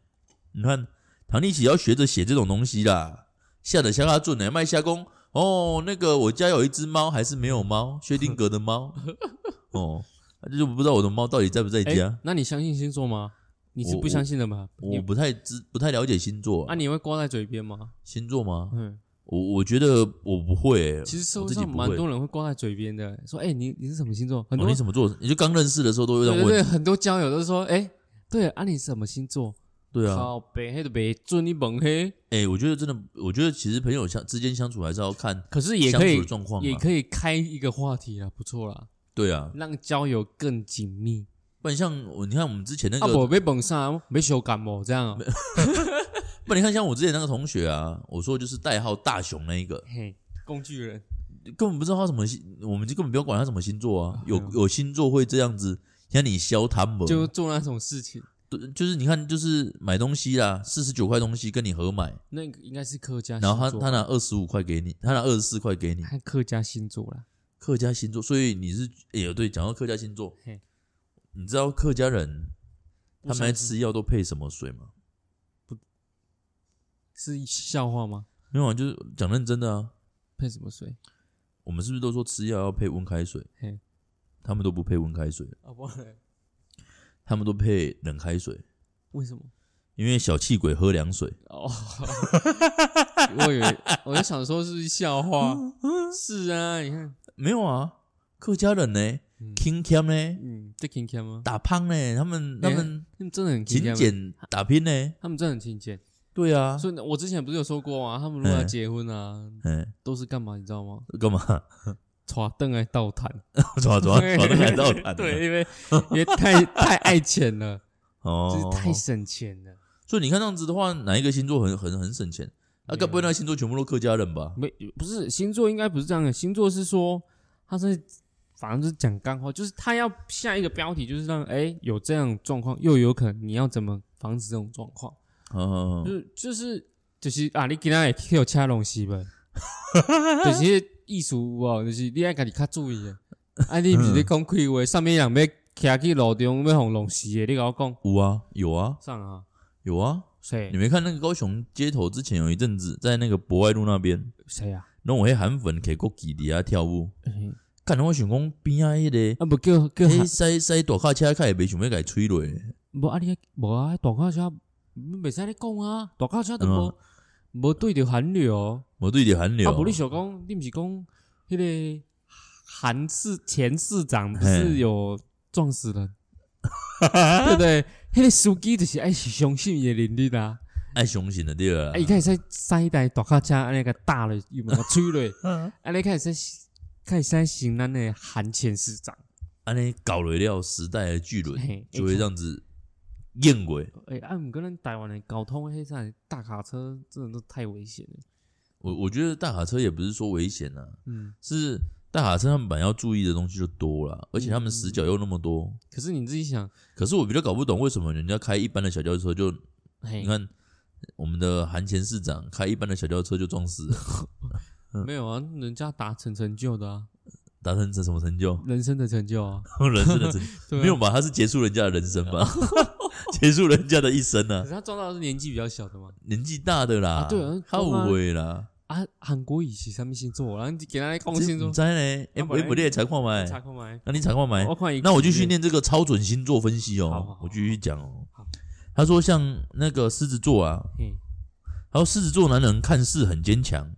[SPEAKER 1] 你看唐立奇要学着写这种东西啦，吓得吓他准哎、卖虾工哦，那个我家有一只猫还是没有猫，薛定谔的猫 哦，这就不知道我的猫到底在不在
[SPEAKER 2] 哎、
[SPEAKER 1] 家。
[SPEAKER 2] 那你相信星座吗？你是
[SPEAKER 1] 我
[SPEAKER 2] 不相信的吗？
[SPEAKER 1] 啊我
[SPEAKER 2] 你
[SPEAKER 1] 不太知不太了解星座
[SPEAKER 2] 啊，你会挂在嘴边吗？
[SPEAKER 1] 星座吗？
[SPEAKER 2] 嗯，
[SPEAKER 1] 我我觉得我不会、欸，
[SPEAKER 2] 其实社
[SPEAKER 1] 我
[SPEAKER 2] 会
[SPEAKER 1] 自己
[SPEAKER 2] 上
[SPEAKER 1] 不
[SPEAKER 2] 蛮
[SPEAKER 1] 会。
[SPEAKER 2] 多人会挂在嘴边的，说哎、你你是什么星座？很
[SPEAKER 1] 哦，
[SPEAKER 2] 多、
[SPEAKER 1] 你怎么做？你就刚认识的时候都会这
[SPEAKER 2] 对
[SPEAKER 1] 样
[SPEAKER 2] 对
[SPEAKER 1] 问，
[SPEAKER 2] 对，很多交友都是说哎、对啊，你什么星座？
[SPEAKER 1] 对啊。
[SPEAKER 2] 靠北黑的北准你猛黑，
[SPEAKER 1] 哎、我觉得真的，我觉得其实朋友相之间相处还是要看
[SPEAKER 2] 可是也
[SPEAKER 1] 相
[SPEAKER 2] 可
[SPEAKER 1] 处
[SPEAKER 2] 以
[SPEAKER 1] 的状况
[SPEAKER 2] 也
[SPEAKER 1] 嘛。
[SPEAKER 2] 可以开一个话题啦，不错啦，
[SPEAKER 1] 对啊，
[SPEAKER 2] 让交友更紧密。
[SPEAKER 1] 不然像我，你看我们之前那
[SPEAKER 2] 啊，
[SPEAKER 1] 个，
[SPEAKER 2] 我被蒙上，没修感冒这样、啊。
[SPEAKER 1] 不然你看像我之前那个同学啊，我说就是代号大熊那一个，
[SPEAKER 2] 嘿，工具人，
[SPEAKER 1] 根本不知道他什么星，我们就根本不要管他什么星座啊
[SPEAKER 2] 啊，
[SPEAKER 1] 有
[SPEAKER 2] 没
[SPEAKER 1] 有星座会这样子，像你消他们，
[SPEAKER 2] 就做那种事情。
[SPEAKER 1] 对就是你看就是买东西啦，四十九块东西跟你合买，
[SPEAKER 2] 那个应该是客啊家星
[SPEAKER 1] 然后
[SPEAKER 2] 座，
[SPEAKER 1] 他他拿二十五块给你，他拿二十四块给你，
[SPEAKER 2] 他客家星座啦，
[SPEAKER 1] 客家星座，所以你是哎呦对，讲到客家星座
[SPEAKER 2] 嘿，
[SPEAKER 1] 你知道客家人他们在吃药都配什么水吗？
[SPEAKER 2] 是笑话吗？
[SPEAKER 1] 没有啊，就是讲认真的啊，
[SPEAKER 2] 配什么水？
[SPEAKER 1] 我们是不是都说吃药要配温开水
[SPEAKER 2] 嘿？
[SPEAKER 1] 他们都不配温开水，
[SPEAKER 2] 啊，不然嘞，
[SPEAKER 1] 他们都配冷开水，
[SPEAKER 2] 为什么？
[SPEAKER 1] 因为小气鬼喝凉水。
[SPEAKER 2] 哦， 我以为我就想说是不是笑话？是啊，你看，
[SPEAKER 1] 没有啊，客家人呢
[SPEAKER 2] 嗯
[SPEAKER 1] ，king cam 呢，
[SPEAKER 2] 嗯，这 king cam 吗？
[SPEAKER 1] 打胖呢，他们他
[SPEAKER 2] 哎
[SPEAKER 1] 们
[SPEAKER 2] 他们真的很勤
[SPEAKER 1] 勤
[SPEAKER 2] 俭，
[SPEAKER 1] 俭打拼呢。
[SPEAKER 2] 他们真的很勤俭。
[SPEAKER 1] 对啊，
[SPEAKER 2] 所以，我之前不是有说过吗？他们如果要结婚啊，
[SPEAKER 1] 嗯，
[SPEAKER 2] 都是干嘛？你知道吗？
[SPEAKER 1] 干嘛？
[SPEAKER 2] 耍凳来倒谈，
[SPEAKER 1] 抓抓抓的海盗团的，
[SPEAKER 2] 对，因为因为太太爱钱了，就是
[SPEAKER 1] 哦，
[SPEAKER 2] 太省钱了。
[SPEAKER 1] 所以你看这样子的话，哪一个星座很很很省钱？
[SPEAKER 2] 嗯
[SPEAKER 1] 啊，该不会那个星座全部都客家人吧？
[SPEAKER 2] 没不是星座，应该不是这样的。星座是说他是反正就是讲干话，就是他要下一个标题，就是让哎、有这样的状况，又有可能你要怎么防止这种状况？
[SPEAKER 1] 哦，
[SPEAKER 2] 就是就是就是啊，你给他也有其他东西呗， 就是艺术哦，就是你爱家己较注意的。啊，你不是咧讲开话，上面人要徛去路中要互弄死的，你甲我讲
[SPEAKER 1] 有啊，有啊，
[SPEAKER 2] 上啊，
[SPEAKER 1] 有啊！
[SPEAKER 2] 谁
[SPEAKER 1] 你没看那个高雄街头之前有一阵子，在那个博爱路那边，
[SPEAKER 2] 谁啊？
[SPEAKER 1] 那我黑韩粉给国旗底下跳舞，
[SPEAKER 2] 嗯
[SPEAKER 1] 看我想讲边啊迄个，
[SPEAKER 2] 啊，不叫叫
[SPEAKER 1] 迄塞塞大卡车开也袂想要给吹落，
[SPEAKER 2] 无啊，你无啊，大卡车袂使你讲啊，大卡车都
[SPEAKER 1] 嗯
[SPEAKER 2] 无无对着韩流，
[SPEAKER 1] 无对着韩流
[SPEAKER 2] 啊，无你想讲，你毋是讲迄个韩市前市长不是
[SPEAKER 1] 嘿
[SPEAKER 2] 有撞死人，对不对？迄个司机就是爱相信伊的能力啊，
[SPEAKER 1] 爱相信的对啊
[SPEAKER 2] 啊，伊，开始塞一台大卡车安尼个搭了，又甲吹落，
[SPEAKER 1] 啊
[SPEAKER 2] 安尼开始开始行咱的韩前市长，
[SPEAKER 1] 安尼搞了了时代的巨轮，
[SPEAKER 2] 嘿
[SPEAKER 1] 就会这样子厌鬼。
[SPEAKER 2] 诶，啊，毋过咱台湾的交通迄啥大卡车真的都太危险了，
[SPEAKER 1] 我我觉得大卡车也不是说危险啊，
[SPEAKER 2] 嗯。
[SPEAKER 1] 是大卡车他们本来要注意的东西就多了，而且他们死角又那么多。
[SPEAKER 2] 可是你自己想，
[SPEAKER 1] 可是我比较搞不懂为什么人家开一般的小轿车就，
[SPEAKER 2] 嘿
[SPEAKER 1] 你，看我们的韩前市长开一般的小轿车就撞死了，嗯
[SPEAKER 2] 没有啊，人家达成成就的啊，
[SPEAKER 1] 达成成什么成就？
[SPEAKER 2] 人生的成就啊，
[SPEAKER 1] 人生的成
[SPEAKER 2] 对啊
[SPEAKER 1] 没有。吧？他是结束人家的人生吧， 结束人家的一生
[SPEAKER 2] 可
[SPEAKER 1] 啊
[SPEAKER 2] 是。他撞到的是年纪比较小的嘛，
[SPEAKER 1] 年纪大的啦，
[SPEAKER 2] 啊对啊
[SPEAKER 1] 靠尾啦，
[SPEAKER 2] 啊，韩国语是什么星座？然后你给他来讲星座
[SPEAKER 1] 你，猜呢？ 哎，
[SPEAKER 2] 他
[SPEAKER 1] 我
[SPEAKER 2] 本来
[SPEAKER 1] 不列才看买，
[SPEAKER 2] 查看哦麦，
[SPEAKER 1] 那你才看买。
[SPEAKER 2] 我看一个
[SPEAKER 1] 那我就训练这个超准星座分析
[SPEAKER 2] 好好
[SPEAKER 1] 哦
[SPEAKER 2] 好，
[SPEAKER 1] 我继续讲哦
[SPEAKER 2] 好。
[SPEAKER 1] 他说像那个狮子座啊，
[SPEAKER 2] 嘿，
[SPEAKER 1] 他说狮子座男人看似很坚强，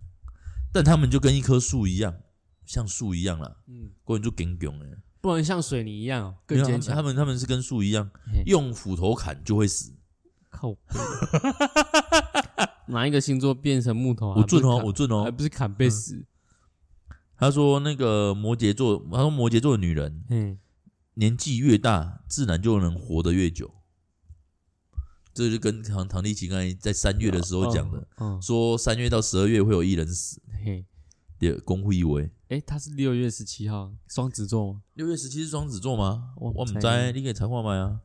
[SPEAKER 1] 但他们就跟一棵树一样，像树一样啦，
[SPEAKER 2] 嗯，
[SPEAKER 1] 过人就坚强哎，
[SPEAKER 2] 不能像水泥一样哦
[SPEAKER 1] 没
[SPEAKER 2] 更
[SPEAKER 1] 有他
[SPEAKER 2] 坚强。
[SPEAKER 1] 们他们他们是跟树一样
[SPEAKER 2] 嘿，
[SPEAKER 1] 用斧头砍就会死。
[SPEAKER 2] 靠背，哪一个星座变成木头啊？
[SPEAKER 1] 我准哦，
[SPEAKER 2] 还
[SPEAKER 1] 我
[SPEAKER 2] 不是
[SPEAKER 1] 准
[SPEAKER 2] 砍还
[SPEAKER 1] 哦。
[SPEAKER 2] 不是砍被死？
[SPEAKER 1] 他说那个摩羯座，他说摩羯座的女人
[SPEAKER 2] 嘿，
[SPEAKER 1] 年纪越大，自然就能活得越久。这就跟唐唐立奇刚才在三月的时候讲的，
[SPEAKER 2] 嗯，
[SPEAKER 1] 说三月到十二月会有一人死，
[SPEAKER 2] 嘿，
[SPEAKER 1] 对，公会一为。
[SPEAKER 2] 诶，他是六月十七号，双子座吗？
[SPEAKER 1] 六月十七是双子座吗？
[SPEAKER 2] 我
[SPEAKER 1] 我
[SPEAKER 2] 不
[SPEAKER 1] 我
[SPEAKER 2] 知
[SPEAKER 1] 们在你给才画麦啊。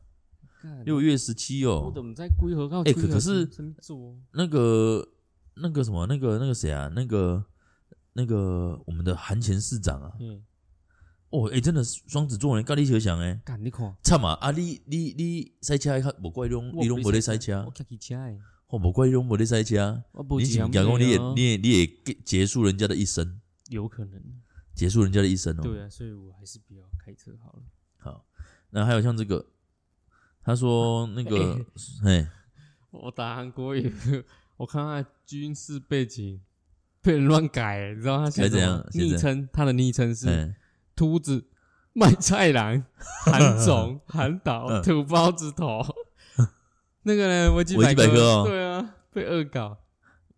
[SPEAKER 1] 六月十七
[SPEAKER 2] 我
[SPEAKER 1] 哦，
[SPEAKER 2] 怎么在龟河靠？
[SPEAKER 1] 诶可可是
[SPEAKER 2] 什么座？
[SPEAKER 1] 那个那个什么，那个那个谁啊，那个那个我们的韩前市长啊，
[SPEAKER 2] 嗯，
[SPEAKER 1] 哦，哎、真的是双子座呢，跟你想想哎，
[SPEAKER 2] 干你看。
[SPEAKER 1] 惨嘛啊，你你你塞车还无怪你拢
[SPEAKER 2] 我
[SPEAKER 1] 你拢无咧塞
[SPEAKER 2] 我
[SPEAKER 1] 车，啊
[SPEAKER 2] 开起车的，
[SPEAKER 1] 哦，无怪你拢无咧塞车，啊
[SPEAKER 2] 我不啊
[SPEAKER 1] 你是
[SPEAKER 2] 讲
[SPEAKER 1] 不是讲你也你也你也结结束人家的一生，
[SPEAKER 2] 哦有可能，
[SPEAKER 1] 结束人家的一生哦。
[SPEAKER 2] 对啊，所以我还是不要开车好了。
[SPEAKER 1] 好，那还有像这个，他说那个，哎、
[SPEAKER 2] 我打韩国语，我看他的军事背景被人乱改，你知道他写
[SPEAKER 1] 改
[SPEAKER 2] 什
[SPEAKER 1] 怎
[SPEAKER 2] 么
[SPEAKER 1] 样？写
[SPEAKER 2] 昵
[SPEAKER 1] 怎
[SPEAKER 2] 称，他的昵称
[SPEAKER 1] 哎、
[SPEAKER 2] 是秃子、卖菜郎、韩总、韩导、
[SPEAKER 1] 嗯
[SPEAKER 2] 土包子头。那个呢？维基
[SPEAKER 1] 维基百科哦
[SPEAKER 2] 对啊，被恶搞。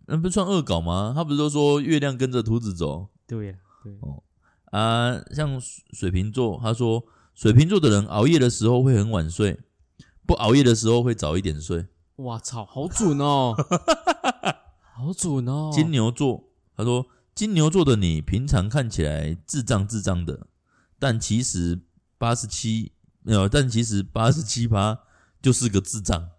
[SPEAKER 1] 那不算恶搞吗？他不是都说月亮跟着兔子走
[SPEAKER 2] 对呀，对，
[SPEAKER 1] 啊？像水水瓶座，他说水瓶座的人熬夜的时候会很晚睡，不熬夜的时候会早一点睡。
[SPEAKER 2] 哇操，好 准哦，好准哦。
[SPEAKER 1] 金牛座，他说金牛座的你平常看起来智障智障的，但其实八十七呃，但其实八十七趴就是个智障。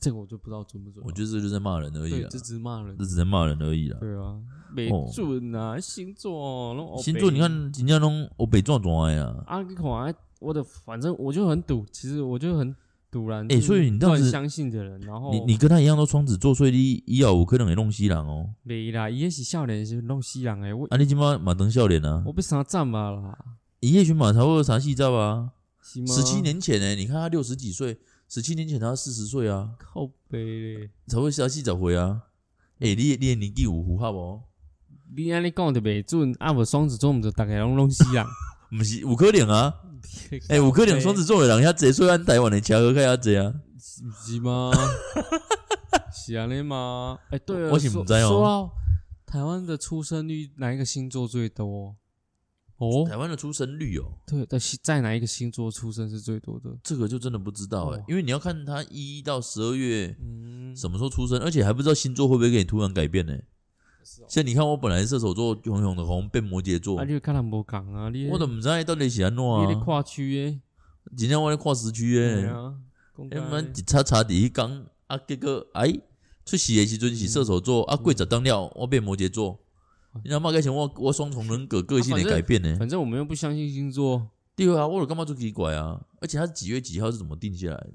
[SPEAKER 2] 这个我就不知道准不准了。
[SPEAKER 1] 我觉得这就在骂人而已
[SPEAKER 2] 对，
[SPEAKER 1] 啦，
[SPEAKER 2] 这
[SPEAKER 1] 这
[SPEAKER 2] 只骂人。
[SPEAKER 1] 只能骂人而已啦。
[SPEAKER 2] 对啊，没
[SPEAKER 1] 哦
[SPEAKER 2] 准啊，星座哦，拢黑白
[SPEAKER 1] 星座你看人家拢我北撞撞哎呀，
[SPEAKER 2] 啊，你看啊我的，反正我就很赌，其实我就很赌然。
[SPEAKER 1] 欸所以你这样子
[SPEAKER 2] 乱相信的人，然后
[SPEAKER 1] 你你跟他一样都双子座，所以你一要五可能会弄西人哦。
[SPEAKER 2] 没啦，伊也是少年是弄西人诶，我
[SPEAKER 1] 啊，你今嘛马登笑脸啊
[SPEAKER 2] 我，被啥占吧啦，
[SPEAKER 1] 伊迄阵嘛差不多三四十啊，十七年前呢、你看他六十几岁，十七年前他四十岁啊，
[SPEAKER 2] 靠背嘞，
[SPEAKER 1] 才会小气找回啊。哎、你也你也年纪有符合哦，
[SPEAKER 2] 你安尼讲就袂准，啊无双子座毋就逐个拢拢死 人。
[SPEAKER 1] 不是有可能啊。哎、有可能双子座的人，他这岁按台湾的车喝开他这啊，
[SPEAKER 2] 不是 吗？是安尼吗？哎、对啊，
[SPEAKER 1] 我是不知道哦
[SPEAKER 2] 说说到台湾的出生率，哪一个星座最多？哦，
[SPEAKER 1] 台湾的出生率哦，
[SPEAKER 2] 对，但是在哪一个星座出生是最多的？
[SPEAKER 1] 这个就真的不知道哎、
[SPEAKER 2] 哦
[SPEAKER 1] 因为你要看他一到十二月
[SPEAKER 2] 嗯，
[SPEAKER 1] 什么时候出生，而且还不知道星座会不会给你突然改变呢、
[SPEAKER 2] 是哦
[SPEAKER 1] 像你看我本来射手座熊熊的红变摩羯座，
[SPEAKER 2] 啊，你跟人无共啊，你
[SPEAKER 1] 我都不知道到底是安怎
[SPEAKER 2] 你咧
[SPEAKER 1] 样啊。
[SPEAKER 2] 跨区诶，
[SPEAKER 1] 今天我咧看时区欸
[SPEAKER 2] 对
[SPEAKER 1] 诶，
[SPEAKER 2] 啊，讲
[SPEAKER 1] 哎
[SPEAKER 2] 到
[SPEAKER 1] 们
[SPEAKER 2] 这
[SPEAKER 1] 一查查第一讲啊，结果哎出席的时阵是射手座
[SPEAKER 2] 嗯
[SPEAKER 1] 啊，过十当了我变摩羯座，你阿妈改成我我双重人格个性的改变呢？
[SPEAKER 2] 啊反正我们又不相信星座，
[SPEAKER 1] 对啊，我有干嘛做奇怪啊？而且他几月几号是怎么定下来的？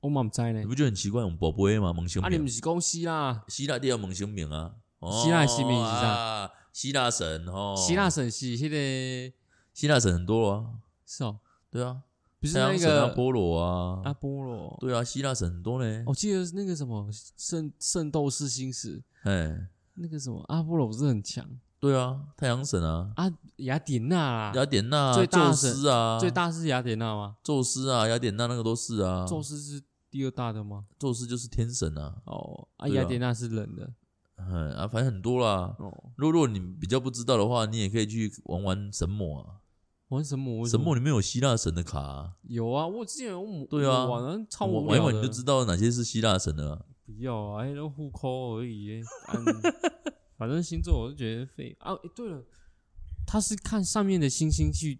[SPEAKER 2] 我嘛毋知呢
[SPEAKER 1] 你。不觉得很奇怪？我们宝贝吗？蒙星
[SPEAKER 2] 啊，你毋
[SPEAKER 1] 明，
[SPEAKER 2] 是讲希腊？
[SPEAKER 1] 希腊地要蒙星明啊，哦
[SPEAKER 2] 希腊神明是啥
[SPEAKER 1] 啊？希腊神哦，
[SPEAKER 2] 希腊神是迄个
[SPEAKER 1] 希腊神很多啊，
[SPEAKER 2] 是哦，
[SPEAKER 1] 对啊，
[SPEAKER 2] 不是
[SPEAKER 1] 太
[SPEAKER 2] 那
[SPEAKER 1] 阳神啊，
[SPEAKER 2] 个哦
[SPEAKER 1] 波罗啊，
[SPEAKER 2] 阿波罗？
[SPEAKER 1] 对啊，希腊神很多呢。
[SPEAKER 2] 我记得那个什么圣圣斗士星矢，
[SPEAKER 1] 哎，
[SPEAKER 2] 那个什么阿波罗不是很强？
[SPEAKER 1] 对啊，太阳神啊，
[SPEAKER 2] 啊，雅典娜啊，
[SPEAKER 1] 雅典娜啊、
[SPEAKER 2] 最大
[SPEAKER 1] 宙
[SPEAKER 2] 的
[SPEAKER 1] 斯啊，
[SPEAKER 2] 最大是雅典娜吗？
[SPEAKER 1] 宙斯啊，雅典娜那个都是啊，
[SPEAKER 2] 宙斯是第二大的吗？
[SPEAKER 1] 宙斯就是天神啊，
[SPEAKER 2] 哦，啊，
[SPEAKER 1] 对啊
[SPEAKER 2] 雅典娜是人的
[SPEAKER 1] 嗯啊，反正很多啦。
[SPEAKER 2] 哦。
[SPEAKER 1] 如果你比较不知道的话，你也可以去玩玩神魔啊。
[SPEAKER 2] 玩什么？为什
[SPEAKER 1] 神
[SPEAKER 2] 么
[SPEAKER 1] 魔里面有希腊神的卡、啊，
[SPEAKER 2] 有啊，我之前有玩
[SPEAKER 1] 对啊
[SPEAKER 2] 玩啊超
[SPEAKER 1] 玩
[SPEAKER 2] 无
[SPEAKER 1] 玩一
[SPEAKER 2] 聊
[SPEAKER 1] 玩
[SPEAKER 2] 的
[SPEAKER 1] 你就知道哪些是希腊神的、啊。
[SPEAKER 2] 不要啊，哎，那互抠而已。嗯， 反正星座我就觉得废啊。哎对了，他是看上面的星星去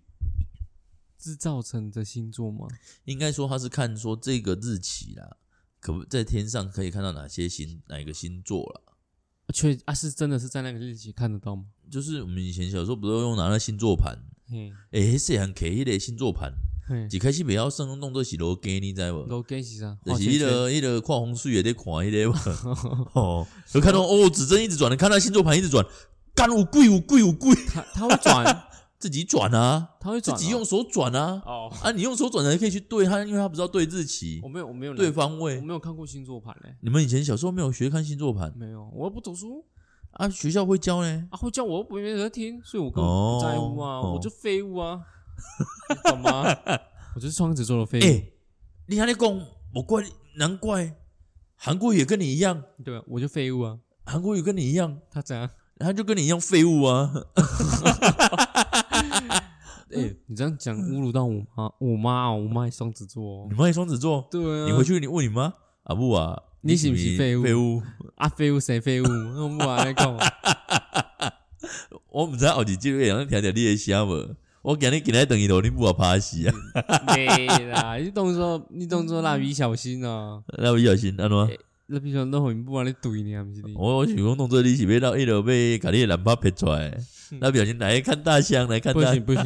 [SPEAKER 2] 制造成的星座吗？
[SPEAKER 1] 应该说他是看说这个日期啦，可不在天上可以看到哪些星哪个星座啦。
[SPEAKER 2] 确啊，是真的是在那个日期看得到吗？
[SPEAKER 1] 就是我们以前小时候不都用拿那星座盘，
[SPEAKER 2] 嘿，
[SPEAKER 1] 诶，是很 K 的星座盘，
[SPEAKER 2] 嘿，
[SPEAKER 1] 一开始不要算弄做是罗给你知道无？
[SPEAKER 2] 都给是啥？
[SPEAKER 1] 就
[SPEAKER 2] 画
[SPEAKER 1] 是
[SPEAKER 2] 圈
[SPEAKER 1] 迄、
[SPEAKER 2] 圈
[SPEAKER 1] 个、迄、个看风水也得看迄、个 嘛。哦，有看到哦，指针一直转，看到星座盘一直转，干有贵有贵有贵，
[SPEAKER 2] 他他会转，
[SPEAKER 1] 自己转啊，
[SPEAKER 2] 他会
[SPEAKER 1] 自
[SPEAKER 2] 转哦、
[SPEAKER 1] 己用手转啊，
[SPEAKER 2] 哦。
[SPEAKER 1] 啊，你用手转才可以去对它，因为它不知道对日期
[SPEAKER 2] 我、没有，我没有
[SPEAKER 1] 对
[SPEAKER 2] 拿
[SPEAKER 1] 方
[SPEAKER 2] 我
[SPEAKER 1] 位。
[SPEAKER 2] 没有看过星座盘嘞、
[SPEAKER 1] 你们以前小时候没有学看星座盘
[SPEAKER 2] 没有，我又不读书
[SPEAKER 1] 啊？学校会教呢？
[SPEAKER 2] 啊，会叫我又不没人听，所以我根本不在乎啊，
[SPEAKER 1] 哦哦
[SPEAKER 2] 我就废物啊，你 懂吗？我就是双子座的废
[SPEAKER 1] 哎、
[SPEAKER 2] 物，
[SPEAKER 1] 你还在讲，我怪难怪韩国也跟你一样，
[SPEAKER 2] 对吧？我就废物啊，
[SPEAKER 1] 韩国也跟你一样，
[SPEAKER 2] 他怎样？
[SPEAKER 1] 他就跟你一样废物啊。
[SPEAKER 2] 哎、你这样讲侮辱到我妈，我妈、哦，我妈也双子座、哦
[SPEAKER 1] 你，妈也双子座，
[SPEAKER 2] 对啊，
[SPEAKER 1] 你回去你问你妈阿布啊，
[SPEAKER 2] 你是不是废物
[SPEAKER 1] 废物？
[SPEAKER 2] 啊废物谁废物？那我不玩 来干嘛？
[SPEAKER 1] 我毋知后日即个人听着你诶声无，我今日今日等伊头，你母啊拍死
[SPEAKER 2] 嗯
[SPEAKER 1] 啊！
[SPEAKER 2] 没啦，你动作你动作蜡笔小新啊，
[SPEAKER 1] 那不小心安怎？
[SPEAKER 2] 蜡笔小新都很不往你怼你啊，不是你？
[SPEAKER 1] 我我想讲动作你是要到一路被甲你诶男拍撇出来，
[SPEAKER 2] 嗯
[SPEAKER 1] 那不小心来看大象来看
[SPEAKER 2] 不
[SPEAKER 1] 大
[SPEAKER 2] 行不行，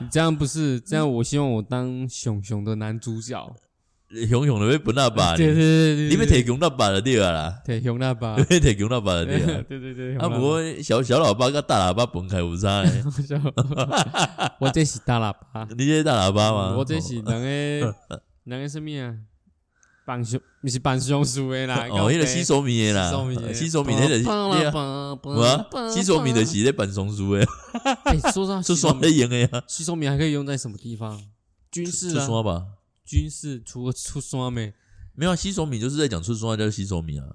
[SPEAKER 2] 你这样不是这样。我希望我当熊熊的男主角，
[SPEAKER 1] 熊熊的要本阿爸，
[SPEAKER 2] 对对
[SPEAKER 1] 你
[SPEAKER 2] 对对，
[SPEAKER 1] 要摕熊阿爸就对啊啦，
[SPEAKER 2] 对熊大爸
[SPEAKER 1] 你，要摕熊阿爸就
[SPEAKER 2] 对
[SPEAKER 1] 对啊。
[SPEAKER 2] 对对，
[SPEAKER 1] 啊，不过小小喇叭甲大喇叭分开有啥诶？
[SPEAKER 2] 我这是大喇 叭，
[SPEAKER 1] 你这是大喇叭嘛？
[SPEAKER 2] 嗯
[SPEAKER 1] 哦
[SPEAKER 2] 我这是人个 人个什么啊？板熊，不是板熊树的啦，
[SPEAKER 1] 哦，迄个洗手米诶啦，洗
[SPEAKER 2] 洗
[SPEAKER 1] 手
[SPEAKER 2] 手
[SPEAKER 1] 米
[SPEAKER 2] 米，
[SPEAKER 1] 迄个是对啊，有啊，
[SPEAKER 2] 我
[SPEAKER 1] 洗手米就是咧办松欸鼠 诶，
[SPEAKER 2] 哎，说到
[SPEAKER 1] 出
[SPEAKER 2] 洗手
[SPEAKER 1] 山咧
[SPEAKER 2] 米，
[SPEAKER 1] 用诶啊，
[SPEAKER 2] 洗手米还可以用在什么地方？军事
[SPEAKER 1] 出
[SPEAKER 2] 啊，
[SPEAKER 1] 山吧。
[SPEAKER 2] 军事除了出山没？
[SPEAKER 1] 没有啊，洗手米就是在讲春松爱叫洗手米啊，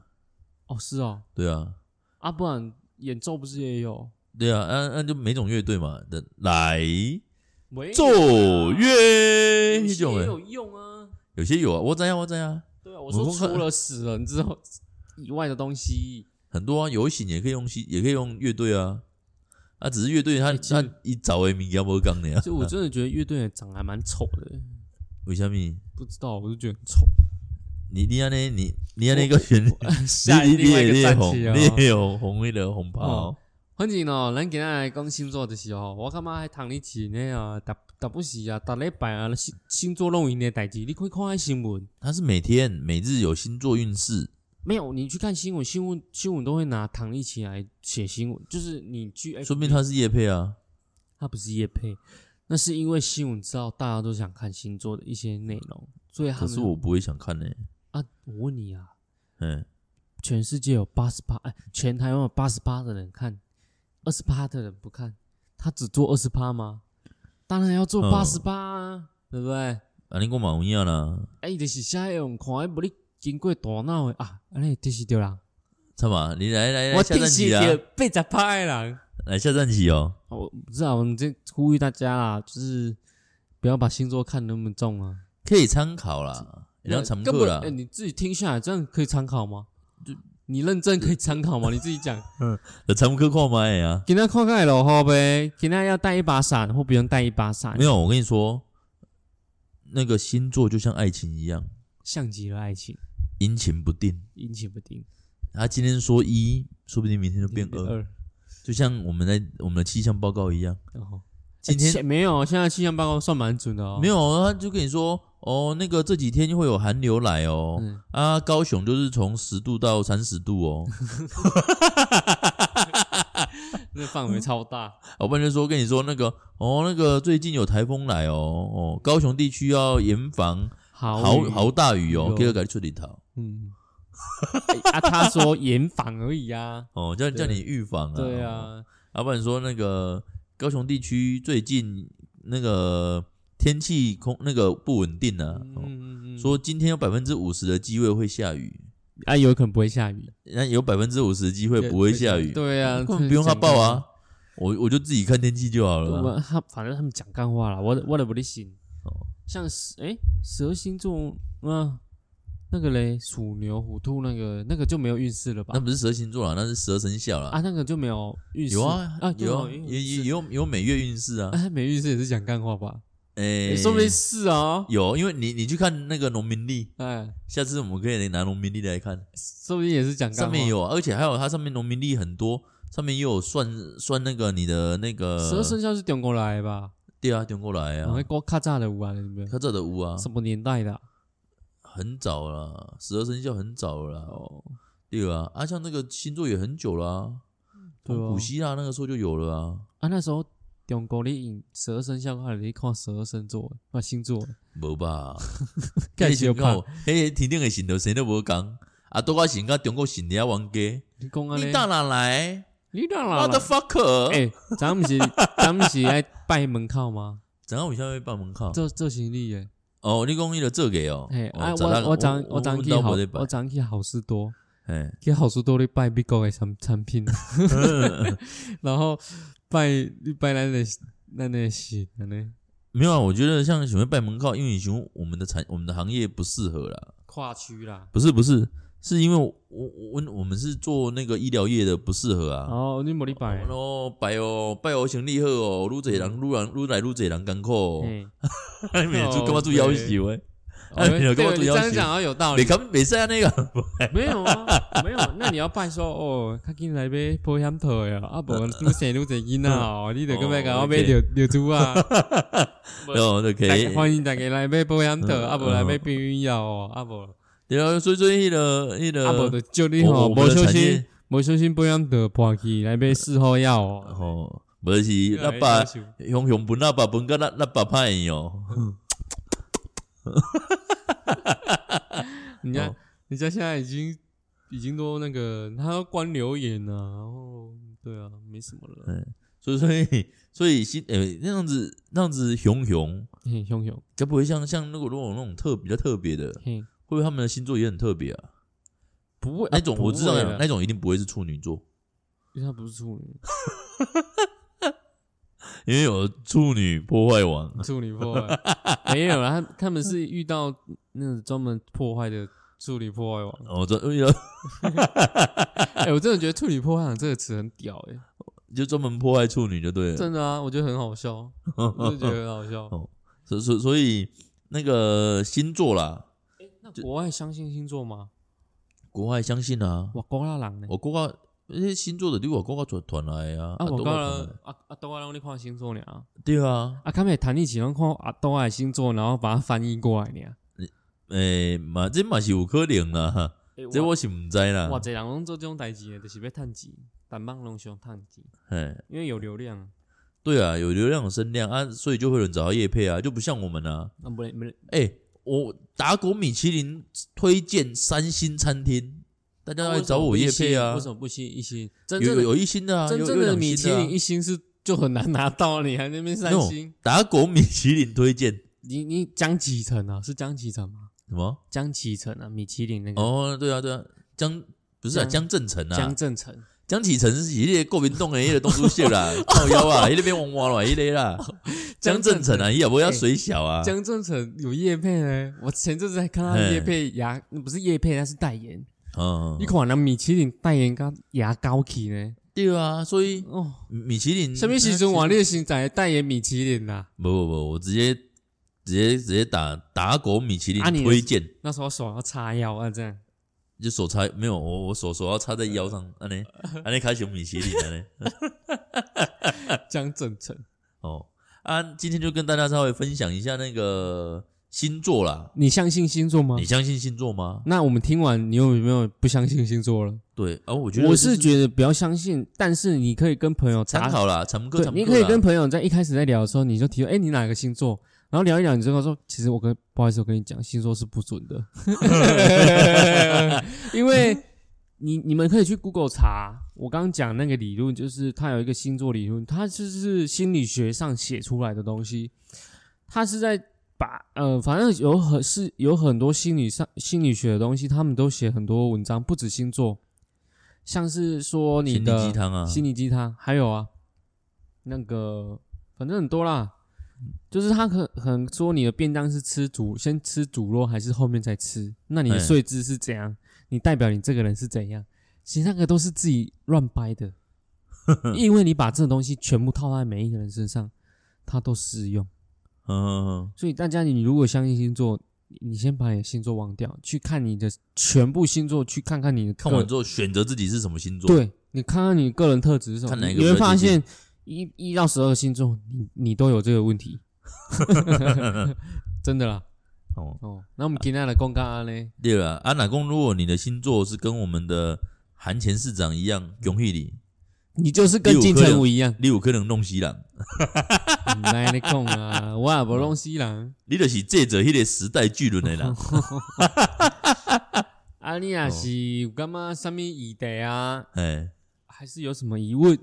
[SPEAKER 2] 哦，是哦，
[SPEAKER 1] 对啊，
[SPEAKER 2] 啊，不然演奏不是也有？
[SPEAKER 1] 对啊，那、那、就每种乐队嘛的来
[SPEAKER 2] 没有
[SPEAKER 1] 奏
[SPEAKER 2] 啊
[SPEAKER 1] 乐
[SPEAKER 2] 有
[SPEAKER 1] 那
[SPEAKER 2] 些
[SPEAKER 1] 种
[SPEAKER 2] 也
[SPEAKER 1] 诶，
[SPEAKER 2] 有用啊。
[SPEAKER 1] 有些有啊，我知啊，我知啊，
[SPEAKER 2] 对啊，我说
[SPEAKER 1] 我
[SPEAKER 2] 除
[SPEAKER 1] 看
[SPEAKER 2] 了死人之后 以外的东西，
[SPEAKER 1] 很多啊，游行也可以用洗，也可以用乐队啊，啊，只是乐队它
[SPEAKER 2] 欸其实
[SPEAKER 1] 它一早诶名要不讲的呀，
[SPEAKER 2] 就我真的觉得乐队的长得还蛮丑的，
[SPEAKER 1] 啊为什么？你
[SPEAKER 2] 不知道我就觉得很丑。
[SPEAKER 1] 你安尼你你安尼个选，你
[SPEAKER 2] 下
[SPEAKER 1] 你
[SPEAKER 2] 一
[SPEAKER 1] 你
[SPEAKER 2] 另外一
[SPEAKER 1] 也
[SPEAKER 2] 个
[SPEAKER 1] 你也
[SPEAKER 2] 战
[SPEAKER 1] 红
[SPEAKER 2] 旗啊！
[SPEAKER 1] 你也红红那个红袍
[SPEAKER 2] 哦，反正哦，咱今仔来讲星座的时候，我感觉还通你钱呢啊，逐逐不时啊，逐礼拜啊，星星座拢有因的代志，你可以看看新闻。
[SPEAKER 1] 它是每天每日有星座运势，
[SPEAKER 2] 没有，你去看新闻，新闻新闻都会拿唐立奇来写新闻，就是你去，哎
[SPEAKER 1] 说不定它是叶配啊，
[SPEAKER 2] 他不是叶配，那是因为新闻知道大家都想看星座的一些内容，所以他
[SPEAKER 1] 可
[SPEAKER 2] 们
[SPEAKER 1] 是我不会想看呢、
[SPEAKER 2] 啊，我问你啊，
[SPEAKER 1] 嗯，
[SPEAKER 2] 全世界有八十八，哎，全台湾有八十八的人看，二十八的人不看，他只做二十八吗？当然要做
[SPEAKER 1] 嗯
[SPEAKER 2] 八十八啊，对不对？
[SPEAKER 1] 啊，你跟我有影啦，
[SPEAKER 2] 哎、伊就是写的用看，无你经过大脑的啊，安尼提示对人，
[SPEAKER 1] 操嘛，啊你来来来
[SPEAKER 2] 我
[SPEAKER 1] 下
[SPEAKER 2] 提
[SPEAKER 1] 战
[SPEAKER 2] 示
[SPEAKER 1] 棋啊，
[SPEAKER 2] 着八十趴的人。
[SPEAKER 1] 来下战棋哦。
[SPEAKER 2] 哦我不知道，我们这呼吁大家啦，就是不要把星座看那么重啊，
[SPEAKER 1] 可以参考啦，然后常
[SPEAKER 2] 根
[SPEAKER 1] 客
[SPEAKER 2] 本
[SPEAKER 1] 啦
[SPEAKER 2] 哎、，你自己听下来，这样可以参考吗？你认证可以参考吗？你自己讲。
[SPEAKER 1] 有常客看麦啊。
[SPEAKER 2] 今天看看落雨呗，今天要带一把伞或不用带一把伞，
[SPEAKER 1] 没有，我跟你说，那个星座就像爱情一样，
[SPEAKER 2] 像极了爱情，
[SPEAKER 1] 阴晴不定。
[SPEAKER 2] 阴晴不定。
[SPEAKER 1] 他今天说一，说不定明天就变二，
[SPEAKER 2] 二，
[SPEAKER 1] 就像我们在我们的气象报告一样。
[SPEAKER 2] 然后
[SPEAKER 1] 今天、
[SPEAKER 2] 没有，现在气象报告算蛮准的哦。
[SPEAKER 1] 没，有，他就跟你说哦，那个这几天会有寒流来哦，
[SPEAKER 2] 嗯
[SPEAKER 1] 啊，高雄就是从十度到三十度哦，
[SPEAKER 2] 那范围超大，
[SPEAKER 1] 老哦板就说跟你说那个哦，那个最近有台风来哦，哦，高雄地区要严防
[SPEAKER 2] 好
[SPEAKER 1] 豪
[SPEAKER 2] 雨
[SPEAKER 1] 豪大雨哦
[SPEAKER 2] 哟，
[SPEAKER 1] 给我赶紧处理它
[SPEAKER 2] 嗯，哎啊，他说严防而 已啊，
[SPEAKER 1] 哦，叫
[SPEAKER 2] 对
[SPEAKER 1] 叫你预防啊，
[SPEAKER 2] 对
[SPEAKER 1] 哦，
[SPEAKER 2] 啊，
[SPEAKER 1] 老板说那个高雄地区最近那个天气空那个不稳定啊，
[SPEAKER 2] 嗯
[SPEAKER 1] 哦
[SPEAKER 2] 嗯嗯，
[SPEAKER 1] 说今天有百分之五十的机会会下雨，
[SPEAKER 2] 啊，有可能不会下雨，
[SPEAKER 1] 那有百分之五十机会不会下雨，
[SPEAKER 2] 对啊，
[SPEAKER 1] 根本不用他
[SPEAKER 2] 他
[SPEAKER 1] 报啊，我我就自己看天气就好了啊。
[SPEAKER 2] 我他反正他们讲干话啦，我我都不得信
[SPEAKER 1] 哦。
[SPEAKER 2] 像十哎、十二星座啊，那个嘞，鼠牛虎兔那个那个就没有运势了吧
[SPEAKER 1] 那？不是蛇星座啦，那是蛇生肖啦。
[SPEAKER 2] 啊，那个就没有运势
[SPEAKER 1] 有啊
[SPEAKER 2] 啊，
[SPEAKER 1] 有啊，
[SPEAKER 2] 对哦
[SPEAKER 1] 有有有有每月运势啊。
[SPEAKER 2] 哎，没运势也是讲干话吧？
[SPEAKER 1] 哎，
[SPEAKER 2] 哎说明是啊，
[SPEAKER 1] 有，因为你你去看那个农民历，
[SPEAKER 2] 哎，
[SPEAKER 1] 下次我们可以拿农民历来看，
[SPEAKER 2] 说不定也是讲干话。
[SPEAKER 1] 上面有啊，而且还有它上面农民历很多，上面也有算算那个你的那个
[SPEAKER 2] 十二生肖是中国来的吧？
[SPEAKER 1] 对啊，丢过来
[SPEAKER 2] 然
[SPEAKER 1] 啊
[SPEAKER 2] 后，过咔嚓的舞啊，有没有？
[SPEAKER 1] 他这的屋啊，
[SPEAKER 2] 什么年代的啊？
[SPEAKER 1] 很早了，十二生肖很早了啦
[SPEAKER 2] 哦，
[SPEAKER 1] 对啊，啊，像那个星座也很久了啊，
[SPEAKER 2] 对
[SPEAKER 1] 从
[SPEAKER 2] 啊
[SPEAKER 1] 古希腊那个时候就有了啊。
[SPEAKER 2] 啊，那时候中国咧用十二生肖，看你看十二星座，看星座，
[SPEAKER 1] 无 吧？
[SPEAKER 2] 介
[SPEAKER 1] 迄时
[SPEAKER 2] 绍吧
[SPEAKER 1] 候，迄天顶的神就神都无共啊，拄我神甲中国神遐冤家，
[SPEAKER 2] 你讲啊
[SPEAKER 1] 你
[SPEAKER 2] 咧？
[SPEAKER 1] 到哪来
[SPEAKER 2] 你当然
[SPEAKER 1] ？What the fuck？
[SPEAKER 2] 哎、咱们是咱们是来拜门口吗？
[SPEAKER 1] 怎样有啥会放门口？
[SPEAKER 2] 做做行李耶。
[SPEAKER 1] 哦，你讲伊就做个哦
[SPEAKER 2] 哎、。
[SPEAKER 1] 哦
[SPEAKER 2] 啊，
[SPEAKER 1] 早上
[SPEAKER 2] 我我昨我昨
[SPEAKER 1] 阮
[SPEAKER 2] 去
[SPEAKER 1] 兜
[SPEAKER 2] 好
[SPEAKER 1] 无咧
[SPEAKER 2] 我昨去好事多，
[SPEAKER 1] 拜 哎，
[SPEAKER 2] 去好事多咧拜美国的产产品，然后拜拜咱的咱的是安尼
[SPEAKER 1] 没有啊，我觉得像喜欢拜门口，因为熊我们的产我们的行业不适合啦。
[SPEAKER 2] 跨区啦。
[SPEAKER 1] 不是不是，是因为我我我我们是做那个医疗业的，不适合啊。
[SPEAKER 2] 哦，你无咧拜
[SPEAKER 1] 然。后拜哦，拜哦，行李好哦，愈侪人愈人愈来愈侪人艰苦哦。
[SPEAKER 2] 嘿
[SPEAKER 1] 哎，每次干嘛做要求诶？
[SPEAKER 2] 哦
[SPEAKER 1] 哎你 有跟我做
[SPEAKER 2] 对你这
[SPEAKER 1] 要
[SPEAKER 2] 样
[SPEAKER 1] 求
[SPEAKER 2] 讲啊，有道
[SPEAKER 1] 你
[SPEAKER 2] 理。
[SPEAKER 1] 敢没使啊那个？
[SPEAKER 2] 没有啊，没有。那你要拜说哦，较紧来买保险套的啊，啊无愈生愈侪囡仔哦，你得个买甲我买尿尿 珠啊。
[SPEAKER 1] 哦，就可
[SPEAKER 2] 大
[SPEAKER 1] 以
[SPEAKER 2] 家。欢迎大家来买保险套，
[SPEAKER 1] 嗯
[SPEAKER 2] 啊无来买避孕药哦，啊无
[SPEAKER 1] 对啊，所以所以迄个迄个，
[SPEAKER 2] 啊无就叫你
[SPEAKER 1] 呃我
[SPEAKER 2] 吼，
[SPEAKER 1] 我
[SPEAKER 2] 无
[SPEAKER 1] 们的
[SPEAKER 2] 小
[SPEAKER 1] 产
[SPEAKER 2] 心
[SPEAKER 1] 业
[SPEAKER 2] 无小心保险
[SPEAKER 1] 呃
[SPEAKER 2] 套破去，来买事后药哦。
[SPEAKER 1] 哦，无是
[SPEAKER 2] 越来
[SPEAKER 1] 咱
[SPEAKER 2] 越
[SPEAKER 1] 爸
[SPEAKER 2] 要求
[SPEAKER 1] 熊熊本咱爸本甲咱咱爸歹哦。
[SPEAKER 2] 人家
[SPEAKER 1] 哦
[SPEAKER 2] 人家现在已经已经都那个，他都关留言啊，然后对啊，没什么了。
[SPEAKER 1] 所以所以所以新诶那样子那样子熊熊，
[SPEAKER 2] 嘿，熊熊，
[SPEAKER 1] 该不会像像如果如果有那种特比较特别的，
[SPEAKER 2] 嘿，
[SPEAKER 1] 会不会他们的星座也很特别啊？
[SPEAKER 2] 不会啊
[SPEAKER 1] 那种我知道
[SPEAKER 2] 呀，
[SPEAKER 1] 那种一定啊不会是处女座，
[SPEAKER 2] 因为他不是 处女，
[SPEAKER 1] 因为有处女破坏王。
[SPEAKER 2] 处女破坏没有啦，他他们是遇到那种专门破坏的处女破坏王。
[SPEAKER 1] 哦，专
[SPEAKER 2] 哎，我真的觉得“处女破坏王”这个词很屌哎。
[SPEAKER 1] 就专门破坏处女就对了。
[SPEAKER 2] 真的啊，我觉得很 好笑，我就觉得很好笑。
[SPEAKER 1] 哦所所所以那个星座啦，
[SPEAKER 2] 那国外相信星座吗？
[SPEAKER 1] 国外相信啊，
[SPEAKER 2] 哇，高拉郎呢？
[SPEAKER 1] 我国外那些星座的对我国外传传来啊，
[SPEAKER 2] 啊，我
[SPEAKER 1] 都
[SPEAKER 2] 高
[SPEAKER 1] 有
[SPEAKER 2] 拉
[SPEAKER 1] 传来
[SPEAKER 2] 啊啊，都阿郎你看星座呢？
[SPEAKER 1] 对啊，
[SPEAKER 2] 啊，他们也谈一起，然后看啊，都爱星座，然后把它翻译过来呢。
[SPEAKER 1] 诶嘛这嘛是有可能啦， 这我嗯是唔知啦
[SPEAKER 2] 哇，，这人拢做这种代志的，就是要趁钱，但梦拢想趁钱，
[SPEAKER 1] 哎，
[SPEAKER 2] 因为有流量。
[SPEAKER 1] 对啊，有流量有声量啊，所以就会有人找他叶配啊，就不像我们啊。
[SPEAKER 2] 那不能不能，
[SPEAKER 1] 哎、我打狗米其林推荐三星餐厅，大家来找我叶配啊
[SPEAKER 2] 为。什么不吸一星？真
[SPEAKER 1] 有
[SPEAKER 2] 正的
[SPEAKER 1] 有一星的啊，
[SPEAKER 2] 真
[SPEAKER 1] 有
[SPEAKER 2] 正
[SPEAKER 1] 有
[SPEAKER 2] 的
[SPEAKER 1] 两
[SPEAKER 2] 米其
[SPEAKER 1] 星的啊
[SPEAKER 2] 林一星是就很难拿到，你还那边三
[SPEAKER 1] No，
[SPEAKER 2] 星，
[SPEAKER 1] 打狗米其林推荐
[SPEAKER 2] 你你江启程啊？是江启程吗？
[SPEAKER 1] 什么？
[SPEAKER 2] 江启程啊，米其林那个、
[SPEAKER 1] 哦，对啊，对啊，江不是啊，江
[SPEAKER 2] 江
[SPEAKER 1] 正成啊
[SPEAKER 2] 江，正成，
[SPEAKER 1] 江启成是一个国民党的那个东出县 啦，靠腰啊，那边王王了，一类啦。江正成啊，伊也不要水小啊，
[SPEAKER 2] 江正成有叶配呢，我前阵子还看他
[SPEAKER 1] 嘿
[SPEAKER 2] 叶配牙，不是叶配，他是代言。
[SPEAKER 1] 嗯，
[SPEAKER 2] 你看人米其林代言跟牙膏去呢，
[SPEAKER 1] 对啊，所以
[SPEAKER 2] 哦，
[SPEAKER 1] 米其林
[SPEAKER 2] 什么时阵王力行在代言米其林呐、
[SPEAKER 1] 不不不，我直接直接直接打打狗米其林
[SPEAKER 2] 啊你
[SPEAKER 1] 推荐，
[SPEAKER 2] 那时候手要叉腰啊，这样
[SPEAKER 1] 就手插没有我我手手要插在腰上，安 尼安尼开始米其林安尼
[SPEAKER 2] 江正成，
[SPEAKER 1] 哦啊，今天就跟大家稍微分享一下那个星座啦。
[SPEAKER 2] 你相信星座吗
[SPEAKER 1] 你？相信星座吗？
[SPEAKER 2] 那我们听完，你有没有不相信星座了？
[SPEAKER 1] 对啊，我觉得
[SPEAKER 2] 我
[SPEAKER 1] 就是
[SPEAKER 2] 觉得不要相信，但是你可以跟朋友
[SPEAKER 1] 参
[SPEAKER 2] 查
[SPEAKER 1] 考啦，产哥，
[SPEAKER 2] 对，
[SPEAKER 1] 产
[SPEAKER 2] 你可以跟朋友在一开始在聊的时候，你就提出，哎、你哪个星座？然后聊一聊，你就跟他说，其实我跟不好意思，我跟你讲，星座是不准 的，因为你你们可以去 Google 查，我刚刚讲那个理论，就是它有一个星座理论，它就是心理学上写出来的东西，它是在把呃，反正有很是有很多心理上心理学的东西，他们都写很多文章，不止星座，像是说你
[SPEAKER 1] 心
[SPEAKER 2] 的
[SPEAKER 1] 灵鸡汤啊，
[SPEAKER 2] 心理鸡汤，还有啊，那个反正很多啦，就是他可很说你的便当是吃主先吃主肉还是后面再吃，那你的
[SPEAKER 1] 哎
[SPEAKER 2] 睡姿是怎样，你代表你这个人是怎样，其实那个都是自己乱 掰的，因为你把这东西全部套在每一个人身上，它都适用。
[SPEAKER 1] 嗯嗯嗯，
[SPEAKER 2] 所以大家，你如果相信星座，你先把你的星座忘掉，去看你的全部星座，去看看你的
[SPEAKER 1] 看
[SPEAKER 2] 个
[SPEAKER 1] 完之后选择自己是什么星座，，
[SPEAKER 2] 对你看看你个人特质是什么，
[SPEAKER 1] 看哪一
[SPEAKER 2] 你
[SPEAKER 1] 个
[SPEAKER 2] 你会
[SPEAKER 1] 比较
[SPEAKER 2] 发
[SPEAKER 1] 接
[SPEAKER 2] 现
[SPEAKER 1] 近
[SPEAKER 2] 一一到十二个星座，你你都有这个 问题，真的啦。
[SPEAKER 1] 哦，
[SPEAKER 2] 哦，那我们今天来公干呢？
[SPEAKER 1] 对了，啊，哪公，如果你的星座是跟我们的韩前市长一样，永义里
[SPEAKER 2] 你就是跟金城武一样，
[SPEAKER 1] 你有可能弄死人，
[SPEAKER 2] 嗯来你讲啊，我也不弄西人。
[SPEAKER 1] 你就是这者迄个时代巨轮的 人，
[SPEAKER 2] 啊，你也是有干嘛？什么议题啊？
[SPEAKER 1] 哎，
[SPEAKER 2] 还是有什么疑问？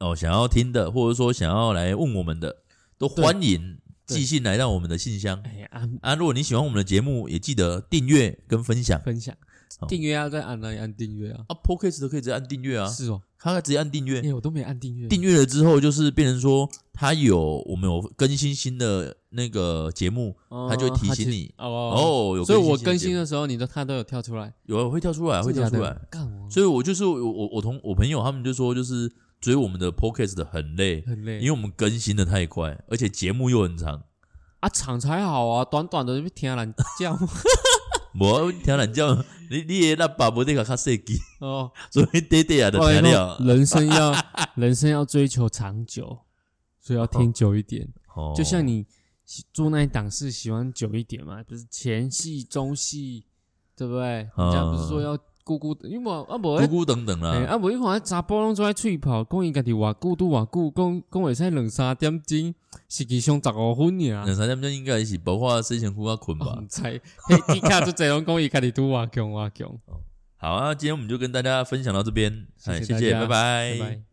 [SPEAKER 1] 哦，想要听的，或者说想要来问我们的，都欢迎寄信来到我们的信箱。
[SPEAKER 2] 哎呀，按
[SPEAKER 1] 啊，如果你喜欢我们的节目，也记得订阅跟分享
[SPEAKER 2] 分享
[SPEAKER 1] 好
[SPEAKER 2] 订阅要再按哪里按订阅啊？
[SPEAKER 1] 啊。Podcast 都可以直接按订阅哦啊，
[SPEAKER 2] 是哦，
[SPEAKER 1] 他直接按订阅
[SPEAKER 2] 哎，，我都没按订阅。
[SPEAKER 1] 订阅了之后，就是变成说他有我们有更新新的那个节目，
[SPEAKER 2] 哦
[SPEAKER 1] 它就会提醒
[SPEAKER 2] 它
[SPEAKER 1] 你
[SPEAKER 2] 哦。
[SPEAKER 1] 哦，有
[SPEAKER 2] 所以我
[SPEAKER 1] 更
[SPEAKER 2] 更
[SPEAKER 1] 新
[SPEAKER 2] 新
[SPEAKER 1] 新的节目
[SPEAKER 2] 的时候，你都它都有跳出来，
[SPEAKER 1] 有啊会跳出来，会
[SPEAKER 2] 真
[SPEAKER 1] 跳
[SPEAKER 2] 假
[SPEAKER 1] 出
[SPEAKER 2] 的
[SPEAKER 1] 来。
[SPEAKER 2] 干我
[SPEAKER 1] 所以我就是我我我同我朋友他们就说，就是追我们的 Podcast 很累，
[SPEAKER 2] 很累
[SPEAKER 1] 因为我们更新的太快，而且节目又很长。
[SPEAKER 2] 啊，长才好啊，短短的就听人叫
[SPEAKER 1] 我听人叫你你也那把不得个卡设计，
[SPEAKER 2] 哦。
[SPEAKER 1] 所以短短啊就
[SPEAKER 2] 我跟
[SPEAKER 1] 听
[SPEAKER 2] 你
[SPEAKER 1] 了
[SPEAKER 2] 说。人生要 人生要追求长久，所以要听久一点。
[SPEAKER 1] 哦
[SPEAKER 2] 就像你喜做那一档事，喜欢久一点嘛，就是前戏、中戏，对不对？人家不是说要咕咕的，因为我啊不
[SPEAKER 1] 咕咕等等
[SPEAKER 2] 哎
[SPEAKER 1] 啦，
[SPEAKER 2] 啊无迄款查甫拢做爱吹泡，讲伊家己偌久拄偌久，讲讲会使两三点钟，实际上十五分尔。
[SPEAKER 1] 两三点钟应该是包括睡前裤啊困吧
[SPEAKER 2] 毋。知， 迄底下就侪拢讲伊家己拄偌强偌强。
[SPEAKER 1] 好啊，今天我们就跟大家分享到这边，哎，
[SPEAKER 2] 谢谢
[SPEAKER 1] 谢
[SPEAKER 2] 大
[SPEAKER 1] 谢，
[SPEAKER 2] 家
[SPEAKER 1] 拜
[SPEAKER 2] 拜拜。